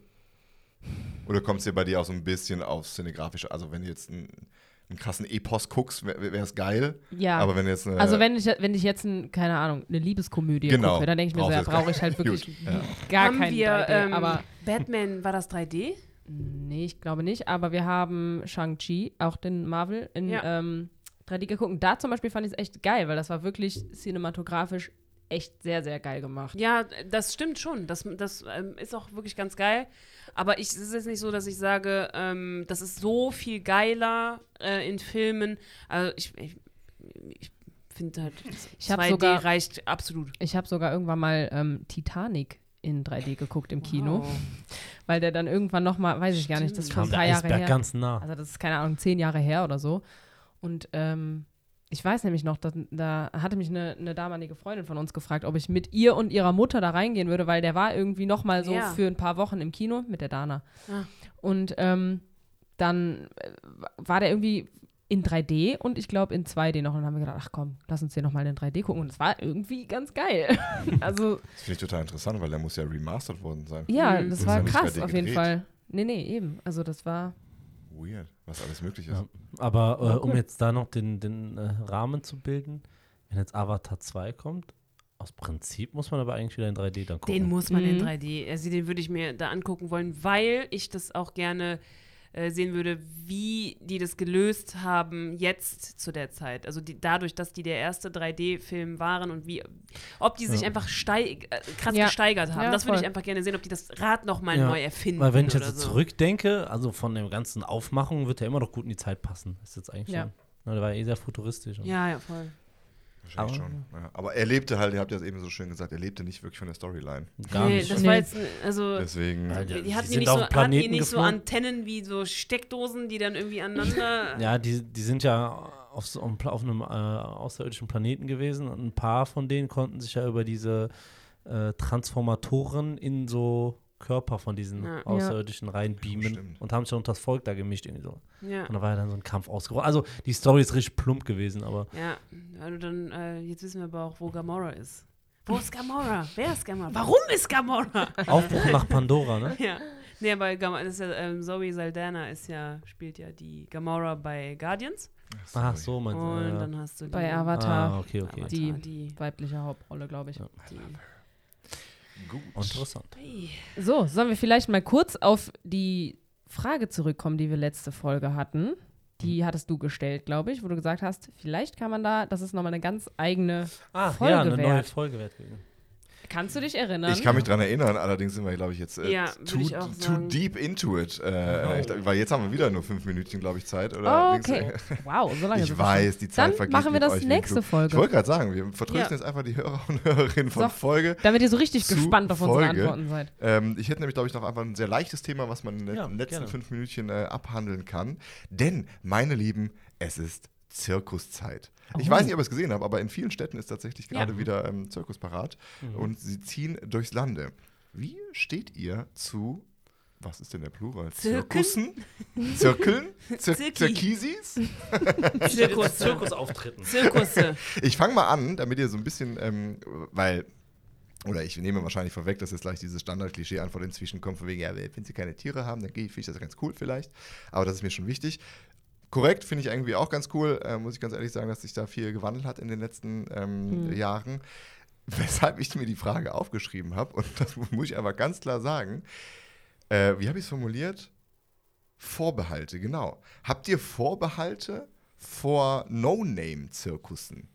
Oder kommt es dir bei dir auch so ein bisschen aufs Szenegrafische? Also, wenn du jetzt einen, einen krassen Epos guckst, wäre es geil. Ja. Aber wenn du jetzt eine. also wenn ich, wenn ich jetzt, ein, keine Ahnung, eine Liebeskomödie Genau. gucke, dann denke ich mir so, ja, Brauchst du jetzt brauche ich halt gar- wirklich Gut, ja. gar haben keinen wir, 3D, ähm, aber Batman, war das 3D? nee, ich glaube nicht. Aber wir haben Shang-Chi, auch den Marvel, in Ja. ähm, 3D geguckt. Und da zum Beispiel fand ich es echt geil, weil das war wirklich cinematografisch echt sehr, sehr geil gemacht. Ja, das stimmt schon. Das, das ähm, ist auch wirklich ganz geil. Aber ich, es ist jetzt nicht so, dass ich sage, ähm, das ist so viel geiler äh, in Filmen. Also ich, ich, ich finde halt, Ich hab 2D sogar- reicht absolut. Ich habe sogar irgendwann mal ähm, Titanic in 3D geguckt im Kino, Wow. weil der dann irgendwann noch mal, weiß ich gar nicht, das ist Stimmt. schon Kam der drei Jahre Eisberg her. ganz nah. Also das ist, keine Ahnung, zehn Jahre her oder so. Und ähm, ich weiß nämlich noch, da, da hatte mich eine, eine damalige Freundin von uns gefragt, ob ich mit ihr und ihrer Mutter da reingehen würde, weil der war irgendwie noch mal so Ja. für ein paar Wochen im Kino mit der Dana. Ah. Und ähm, dann äh, war der irgendwie in 3D und ich glaube in 2D noch. Und dann haben wir gedacht, ach komm, lass uns den noch mal in 3D gucken. Und es war irgendwie ganz geil. also Das finde ich total interessant, weil der muss ja remastered worden sein. ja, Mhm. das Ist war ja nicht krass 3D auf jeden gedreht. Fall. Nee, nee, eben. Also das war Weird, was alles möglich ist. Ja. Aber äh, um gut. jetzt da noch den, den äh, Rahmen zu bilden, wenn jetzt Avatar 2 kommt, aus Prinzip muss man aber eigentlich wieder in 3D dann gucken. Den muss man in Mhm. 3D. Also den würde ich mir da angucken wollen, weil ich das auch gerne äh, sehen würde, wie die das gelöst haben jetzt zu der Zeit. Also die, dadurch, dass die der erste 3D-Film waren und wie, ob die sich Ja. einfach steig, äh, krass Ja. gesteigert haben. Ja, das würde ich voll. einfach gerne sehen, ob die das Rad nochmal Ja. mal neu erfinden. Weil wenn ich oder jetzt so. zurückdenke, also von der ganzen Aufmachung wird er immer noch gut in die Zeit passen. Ist jetzt eigentlich Ja. schon. Na, der war ja eh sehr futuristisch. und- Ja, ja, voll. Wahrscheinlich Aber- schon. Ja. Aber er lebte halt, ihr habt ja es eben so schön gesagt, er lebte nicht wirklich von der Storyline. Gar nee, nicht. halt das Nee. war jetzt, äh, also. Deswegen. Ja, die- die Die hatten die sind nicht, auf so, den hatten die Planeten nicht so geflogen? Antennen wie so Steckdosen, die dann irgendwie aneinander. Ja, die, die sind ja auf, so, einem Pla- auf einem äh, außerirdischen Planeten gewesen und ein paar von denen konnten sich ja über diese äh, Transformatoren in so Körper von diesen Ja. Ja. Außerirdischen reinbeamen stimmt. und haben sich dann unter das Volk da gemischt irgendwie so. ja. Und da war ja dann so ein Kampf ausgebrochen. Also die Story ist richtig plump gewesen, aber Ja, also dann, äh, jetzt wissen wir aber auch, wo Gamora ist. Wo ist Gamora? Wer ist Gamora? Warum ist Gamora? Aufbruch nach Pandora, ne? ja. Nee, aber Gamora, das ist ja, ähm, Zoe Saldana ist ja, spielt ja die Gamora bei Guardians. Ach so, mein Und Oh, dann hast du die bei Ah, Avatar äh, okay, okay. Avatar, Die- die. die, weibliche Hauptrolle, glaube ich. Gut. Interessant. Hey. So, sollen wir vielleicht mal kurz auf die Frage zurückkommen, die wir letzte Folge hatten. Mhm. Die hattest du gestellt, glaube ich, wo du gesagt hast, vielleicht kann man da, das ist nochmal eine ganz eigene. Ah, Folge ja, eine neue wert. Folge wert gewesen. Kannst du dich erinnern? Ich kann mich dran erinnern, allerdings sind wir, glaube ich, jetzt äh, Ja, würd too, ich auch too sagen. deep into it. Äh, ich glaub, weil jetzt haben wir wieder nur fünf Minuten, glaube ich, Zeit. Oder Oh, Okay. Wow, so lange. Ich sind wir weiß, die schon. Zeit Dann vergeht machen wir mit das euch wie nächste im Flug. Folge. Ich wollte gerade sagen, wir vertrösten Ja. jetzt einfach die Hörer und Hörerinnen von So. Folge. Damit ihr so richtig Zu gespannt auf unsere Folge. Antworten seid. Ähm, ich hätte nämlich, glaube ich, noch einfach ein sehr leichtes Thema, was man in den Ja, letzten gerne. fünf Minütchen äh, abhandeln kann. Denn, meine Lieben, es ist Zirkuszeit. Ich Oh. weiß nicht, ob ihr es gesehen habt, aber in vielen Städten ist tatsächlich gerade wieder ähm, Zirkus parat Mhm. und sie ziehen durchs Lande. Wie steht ihr zu, was ist denn der Plural? Zirkeln? Zirkussen? Zirkeln? Zir Zirki. Zirkisis? Zirkus, Zirkusauftritten. Zirkusse. Ich fange mal an, damit ihr so ein bisschen, ähm, weil, oder ich nehme wahrscheinlich vorweg, dass jetzt gleich dieses Standard-Klischee-Antwort inzwischen kommt, von wegen, ja, wenn sie keine Tiere haben, dann gehe ich, finde ich das ganz cool vielleicht, aber das ist mir schon wichtig. Korrekt, finde ich irgendwie auch ganz cool, äh, muss ich ganz ehrlich sagen, dass sich da viel gewandelt hat in den letzten ähm, Jahren. Weshalb ich mir die Frage aufgeschrieben habe, und das muss ich aber ganz klar sagen, äh, wie habe ich es formuliert? Vorbehalte, genau. Habt ihr Vorbehalte vor No-Name-Zirkussen?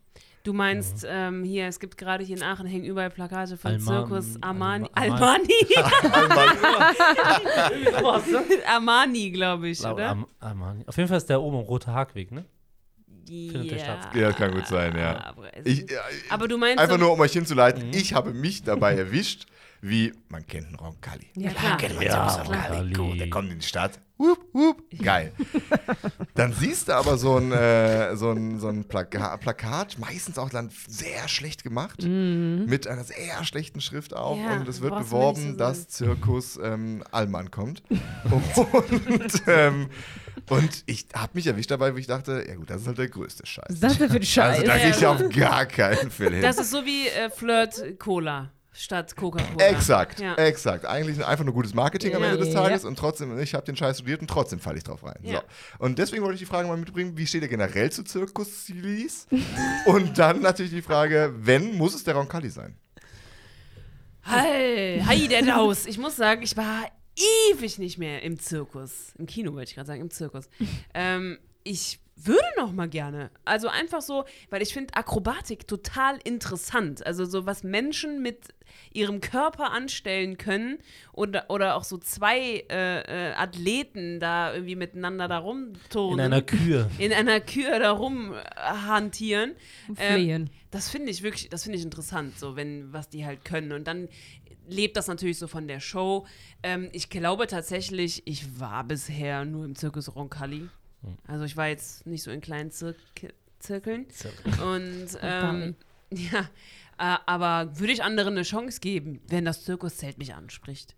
Du meinst, ähm, hier, es gibt gerade hier in Aachen hängen überall Plakate von Alman- Zirkus Armani. Alman- Almani? Alman Armani, glaube ich, oder? Am, Armani. Auf jeden Fall ist der oben am Rote Hagweg, ne? findet der statt. ja, kann gut sein, ja. Aber, Ich, ja, aber du meinst einfach so- nur, um euch hinzuleiten, ich habe mich dabei erwischt, wie man kennt einen Roncalli. Ja, klar. Kennt man Ja, sowieso Roncalli. Roncalli. Gut, der kommt in die Stadt. Wupp, wupp. Geil. Dann siehst du aber so ein, äh, so ein, so ein Plaka Plakat, meistens auch dann sehr schlecht gemacht, mit einer sehr schlechten Schrift auch. Mhm. Ja, und es wird brauchst du mir nicht beworben, so sagen. dass Zirkus ähm, Allmann kommt. und, ähm, und ich habe mich erwischt dabei, wo ich dachte, ja gut, das ist halt der größte Scheiß. Was ist das denn für ein Scheiß? Also da gehe ich Ja. auf gar keinen Fall hin. Das ist so wie äh, Flirt Cola. statt Coca-Cola. Exakt, Ja. exakt. Eigentlich einfach nur gutes Marketing am Ja. Ende des Tages und trotzdem, ich habe den Scheiß studiert und trotzdem falle ich drauf rein. Ja. So. Und deswegen wollte ich die Frage mal mitbringen, wie steht ihr generell zu Zirkus-Silis? und dann natürlich die Frage, wenn, muss es der Roncalli sein? Hi, hi denn aus. Ich muss sagen, ich war ewig nicht mehr im Zirkus. Im Kino wollte ich gerade sagen, im Zirkus. ähm, ich würde noch mal gerne. Also einfach so, weil ich finde Akrobatik total interessant. Also so, was Menschen mit ihrem Körper anstellen können oder, oder auch so zwei äh, äh, Athleten da irgendwie miteinander da rumturnen. In einer Kühe. in einer Kür da rumhantieren. Ähm, Flehen. Das finde ich wirklich, das finde ich interessant, so wenn, was die halt können. Und dann lebt das natürlich so von der Show. Ähm, ich glaube tatsächlich, ich war bisher nur im Zirkus Roncalli. Also ich war jetzt nicht so in kleinen Zir Zirkeln. Und ähm, ja, äh, aber würde ich anderen eine Chance geben, wenn das Zirkuszelt mich anspricht.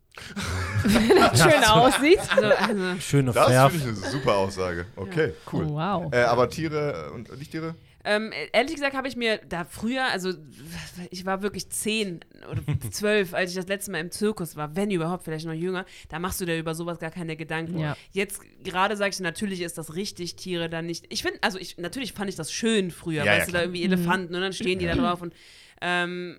Schön aussieht. Also, also Schöne Das Werf. finde ich eine super Aussage. Okay, cool. Oh, wow. Äh, aber Tiere und Lichttiere? Ähm, ehrlich gesagt habe ich mir da früher, also ich war wirklich zehn oder zwölf, als ich das letzte Mal im Zirkus war, wenn überhaupt, vielleicht noch jünger, da machst du dir über sowas gar keine Gedanken. Ja. Jetzt gerade sage ich, natürlich ist das richtig, Tiere da nicht. Ich finde, also ich, natürlich fand ich das schön früher, Ja, weißt ja, du, da klar. Mhm. irgendwie Elefanten und dann stehen die da drauf und ähm,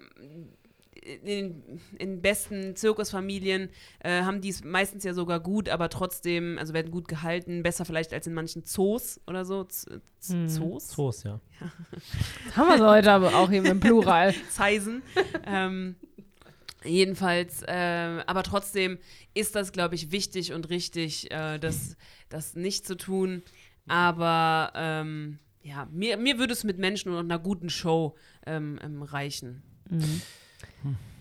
in, in besten Zirkusfamilien äh, haben die es meistens ja sogar gut, aber trotzdem, also werden gut gehalten, besser vielleicht als in manchen Zoos oder so. Z Z Hm. Zoos? Zoos, ja. Haben wir es heute aber auch eben im Plural. Zeisen. ähm, jedenfalls, ähm, aber trotzdem ist das, glaube ich, wichtig und richtig, äh, das, das nicht zu tun. Aber ähm, ja, mir, mir würde es mit Menschen und einer guten Show ähm, ähm, reichen.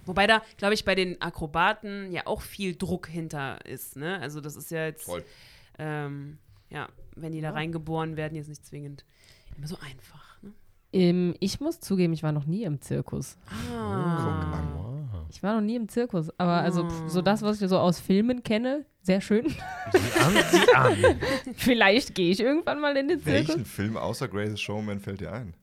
Wobei da, glaube ich, bei den Akrobaten ja auch viel Druck hinter ist. Ne? Also das ist ja jetzt, Voll. ähm, ja, wenn die da reingeboren werden, jetzt nicht zwingend immer so einfach. Ne? Ähm, ich muss zugeben, ich war noch nie im Zirkus. Guck Ah. an. Ich war noch nie im Zirkus, aber also pff, so das, was ich so aus Filmen kenne, sehr schön. Sieh an, sieh an. Vielleicht gehe ich irgendwann mal in den Zirkus. Welchen Film außer Greatest Showman fällt dir ein?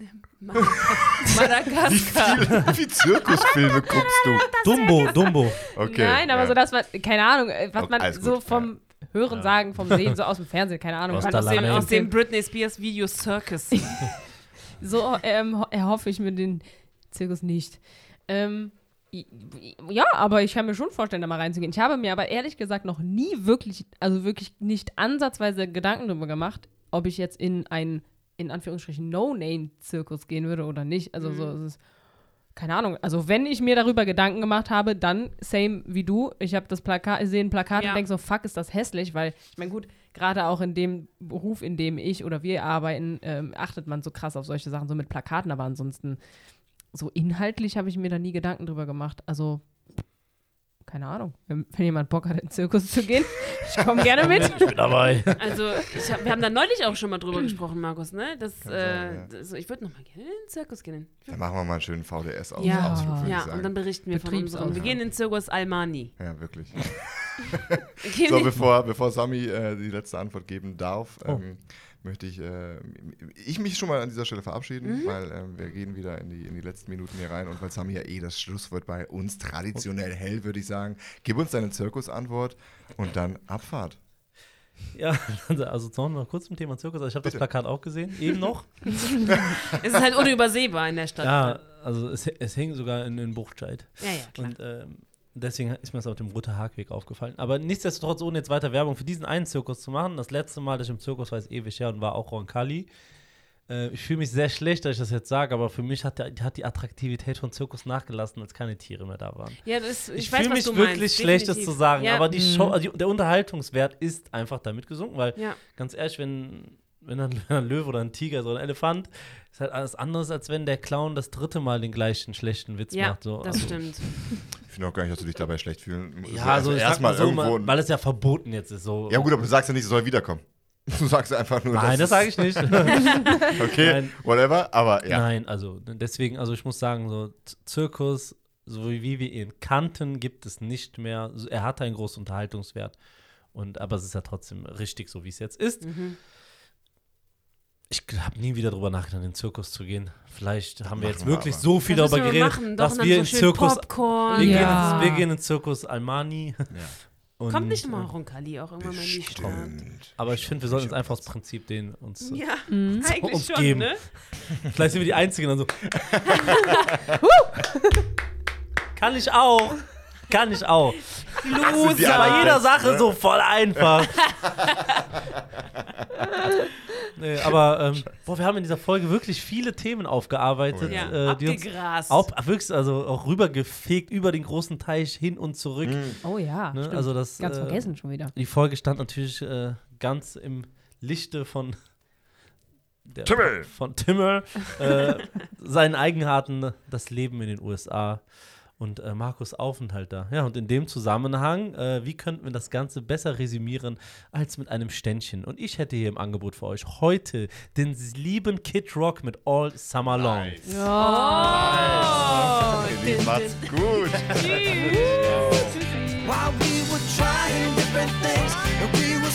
Wie Madagaskar. viele wie Zirkusfilme guckst du? Dumbo, Dumbo. Okay, Nein, aber ja. so das, was, keine Ahnung, äh, was Okay, man alles gut, so vom Hören sagen, vom Sehen, so aus dem Fernsehen, keine Ahnung. Aus was der man Aus dem, Lane. aus dem Britney Spears Video Circus. So ähm, ho- erhoffe ich mir den Zirkus nicht. Ähm, i- i- ja, aber ich kann mir schon vorstellen, da mal reinzugehen. Ich habe mir aber ehrlich gesagt noch nie wirklich, also wirklich nicht ansatzweise Gedanken darüber gemacht, ob ich jetzt in einen, in Anführungsstrichen, No-Name-Zirkus gehen würde oder nicht. Also so, es ist, keine Ahnung. Also wenn ich mir darüber Gedanken gemacht habe, dann same wie du. Ich habe das Plakat, ich sehe ein Plakat Ja. und denke so, fuck, ist das hässlich, weil ich meine, gut, gerade auch in dem Beruf, in dem ich oder wir arbeiten, ähm, achtet man so krass auf solche Sachen, so mit Plakaten, aber ansonsten so inhaltlich habe ich mir da nie Gedanken drüber gemacht. Also, keine Ahnung. Wenn, wenn jemand Bock hat, in den Zirkus zu gehen, ich komme gerne mit. Ich bin dabei. Also, ich hab, wir haben da neulich auch schon mal drüber gesprochen, Markus, ne? Das, sein, ja. äh, das- ich würde nochmal gerne in den Zirkus gehen. Dann machen wir mal einen schönen VDS-Ausflug, Ja. würde ich Ja, sagen. und dann berichten wir von unserem. Wir Betriebsausflug. gehen in den Zirkus Almani. ja, wirklich. Wir gehen So, in- bevor, bevor Sami äh, die letzte Antwort geben darf, Oh. ähm, möchte ich, äh, ich mich schon mal an dieser Stelle Mhm. verabschieden, weil ähm, wir gehen wieder in die, in die letzten Minuten hier rein und weil Sami ja eh das Schlusswort bei uns traditionell hält, würde ich sagen, gib uns deine Zirkusantwort und dann Abfahrt. Ja, also zu mal kurz zum Thema Zirkus. Also ich habe das Plakat auch gesehen, eben noch. es ist halt unübersehbar in der Stadt. Ja, also es, es hing sogar in, in Buchtscheid. ja, ja, klar. Und ähm, deswegen ist mir das auf dem Rote Haarweg aufgefallen. Aber nichtsdestotrotz, ohne jetzt weiter Werbung für diesen einen Zirkus zu machen, das letzte Mal, dass ich im Zirkus war, ist ewig her und war auch Roncalli. Äh, ich fühle mich sehr schlecht, dass ich das jetzt sage, aber für mich hat, der, hat die Attraktivität von Zirkus nachgelassen, als keine Tiere mehr da waren. Ja, das, ich Ich, weiß, fühle was mich du wirklich meinst. schlecht, das Definitiv. zu sagen, Ja, aber die Show, Mhm. also die, der Unterhaltungswert ist einfach damit gesunken, weil ja. ganz ehrlich, wenn, wenn, ein, wenn ein Löwe oder ein Tiger, so ein Elefant, ist halt alles anderes, als wenn der Clown das dritte Mal den gleichen schlechten Witz ja macht. So. das also, stimmt. Ich finde auch gar nicht, dass du dich dabei schlecht fühlen musst. Ja, also, ich sag erstmal mal so, irgendwo. man, weil es ja verboten jetzt ist. So. ja gut, aber du sagst ja nicht, es soll wiederkommen. Du sagst einfach nur, Nein, das sage ich nicht. Nein, ich. Okay, Nein. whatever, aber ja. also deswegen, also ich muss sagen, so Z- Zirkus, so wie wie wir ihn kannten, gibt es nicht mehr. So, Er hatte einen großen Mhm. Unterhaltungswert. Und, aber es ist ja trotzdem richtig, so wie es jetzt ist. Ich habe nie wieder drüber nachgedacht, in den Zirkus zu gehen. Vielleicht haben wir Machen jetzt wir wirklich aber. so viel Da darüber müssen geredet, machen, doch, dass und dann wir so in schön Circus. Popcorn. Wir, Ja. gehen, wir gehen in Zirkus Almani. Und, Kommt nicht mal Roncalli auch irgendwann mal in die Stadt? Bestimmt. Aber ich finde, wir sollten uns einfach das Prinzip den uns. Ja, Uns eigentlich schon, geben. ne? Vielleicht sind wir die Einzigen dann so. Kann ich auch. Kann ich auch. sind die Ist bei allerbesten, jeder Sache ne? so voll einfach. nee, aber ähm, boah, wir haben in dieser Folge wirklich viele Themen aufgearbeitet, Oh ja. äh, die uns Abgegrast. auch, wirklich, also auch rübergefegt über den großen Teich hin und zurück. Mhm. Oh ja. Ne? stimmt. Also das, Ganz äh, vergessen schon wieder. Die Folge stand natürlich äh, ganz im Lichte von der, Timmel. Von Timmel, äh, seinen Eigenarten, das Leben in den USA und äh, Markus Aufenthalt da. Ja, und in dem Zusammenhang, äh, wie könnten wir das Ganze besser resümieren als mit einem Ständchen? Und ich hätte hier im Angebot für euch heute den lieben Kid Rock mit All Summer Long. Oh, Ihr din, Lieben, macht's gut. din. Tschüss. While we were trying different things, and we were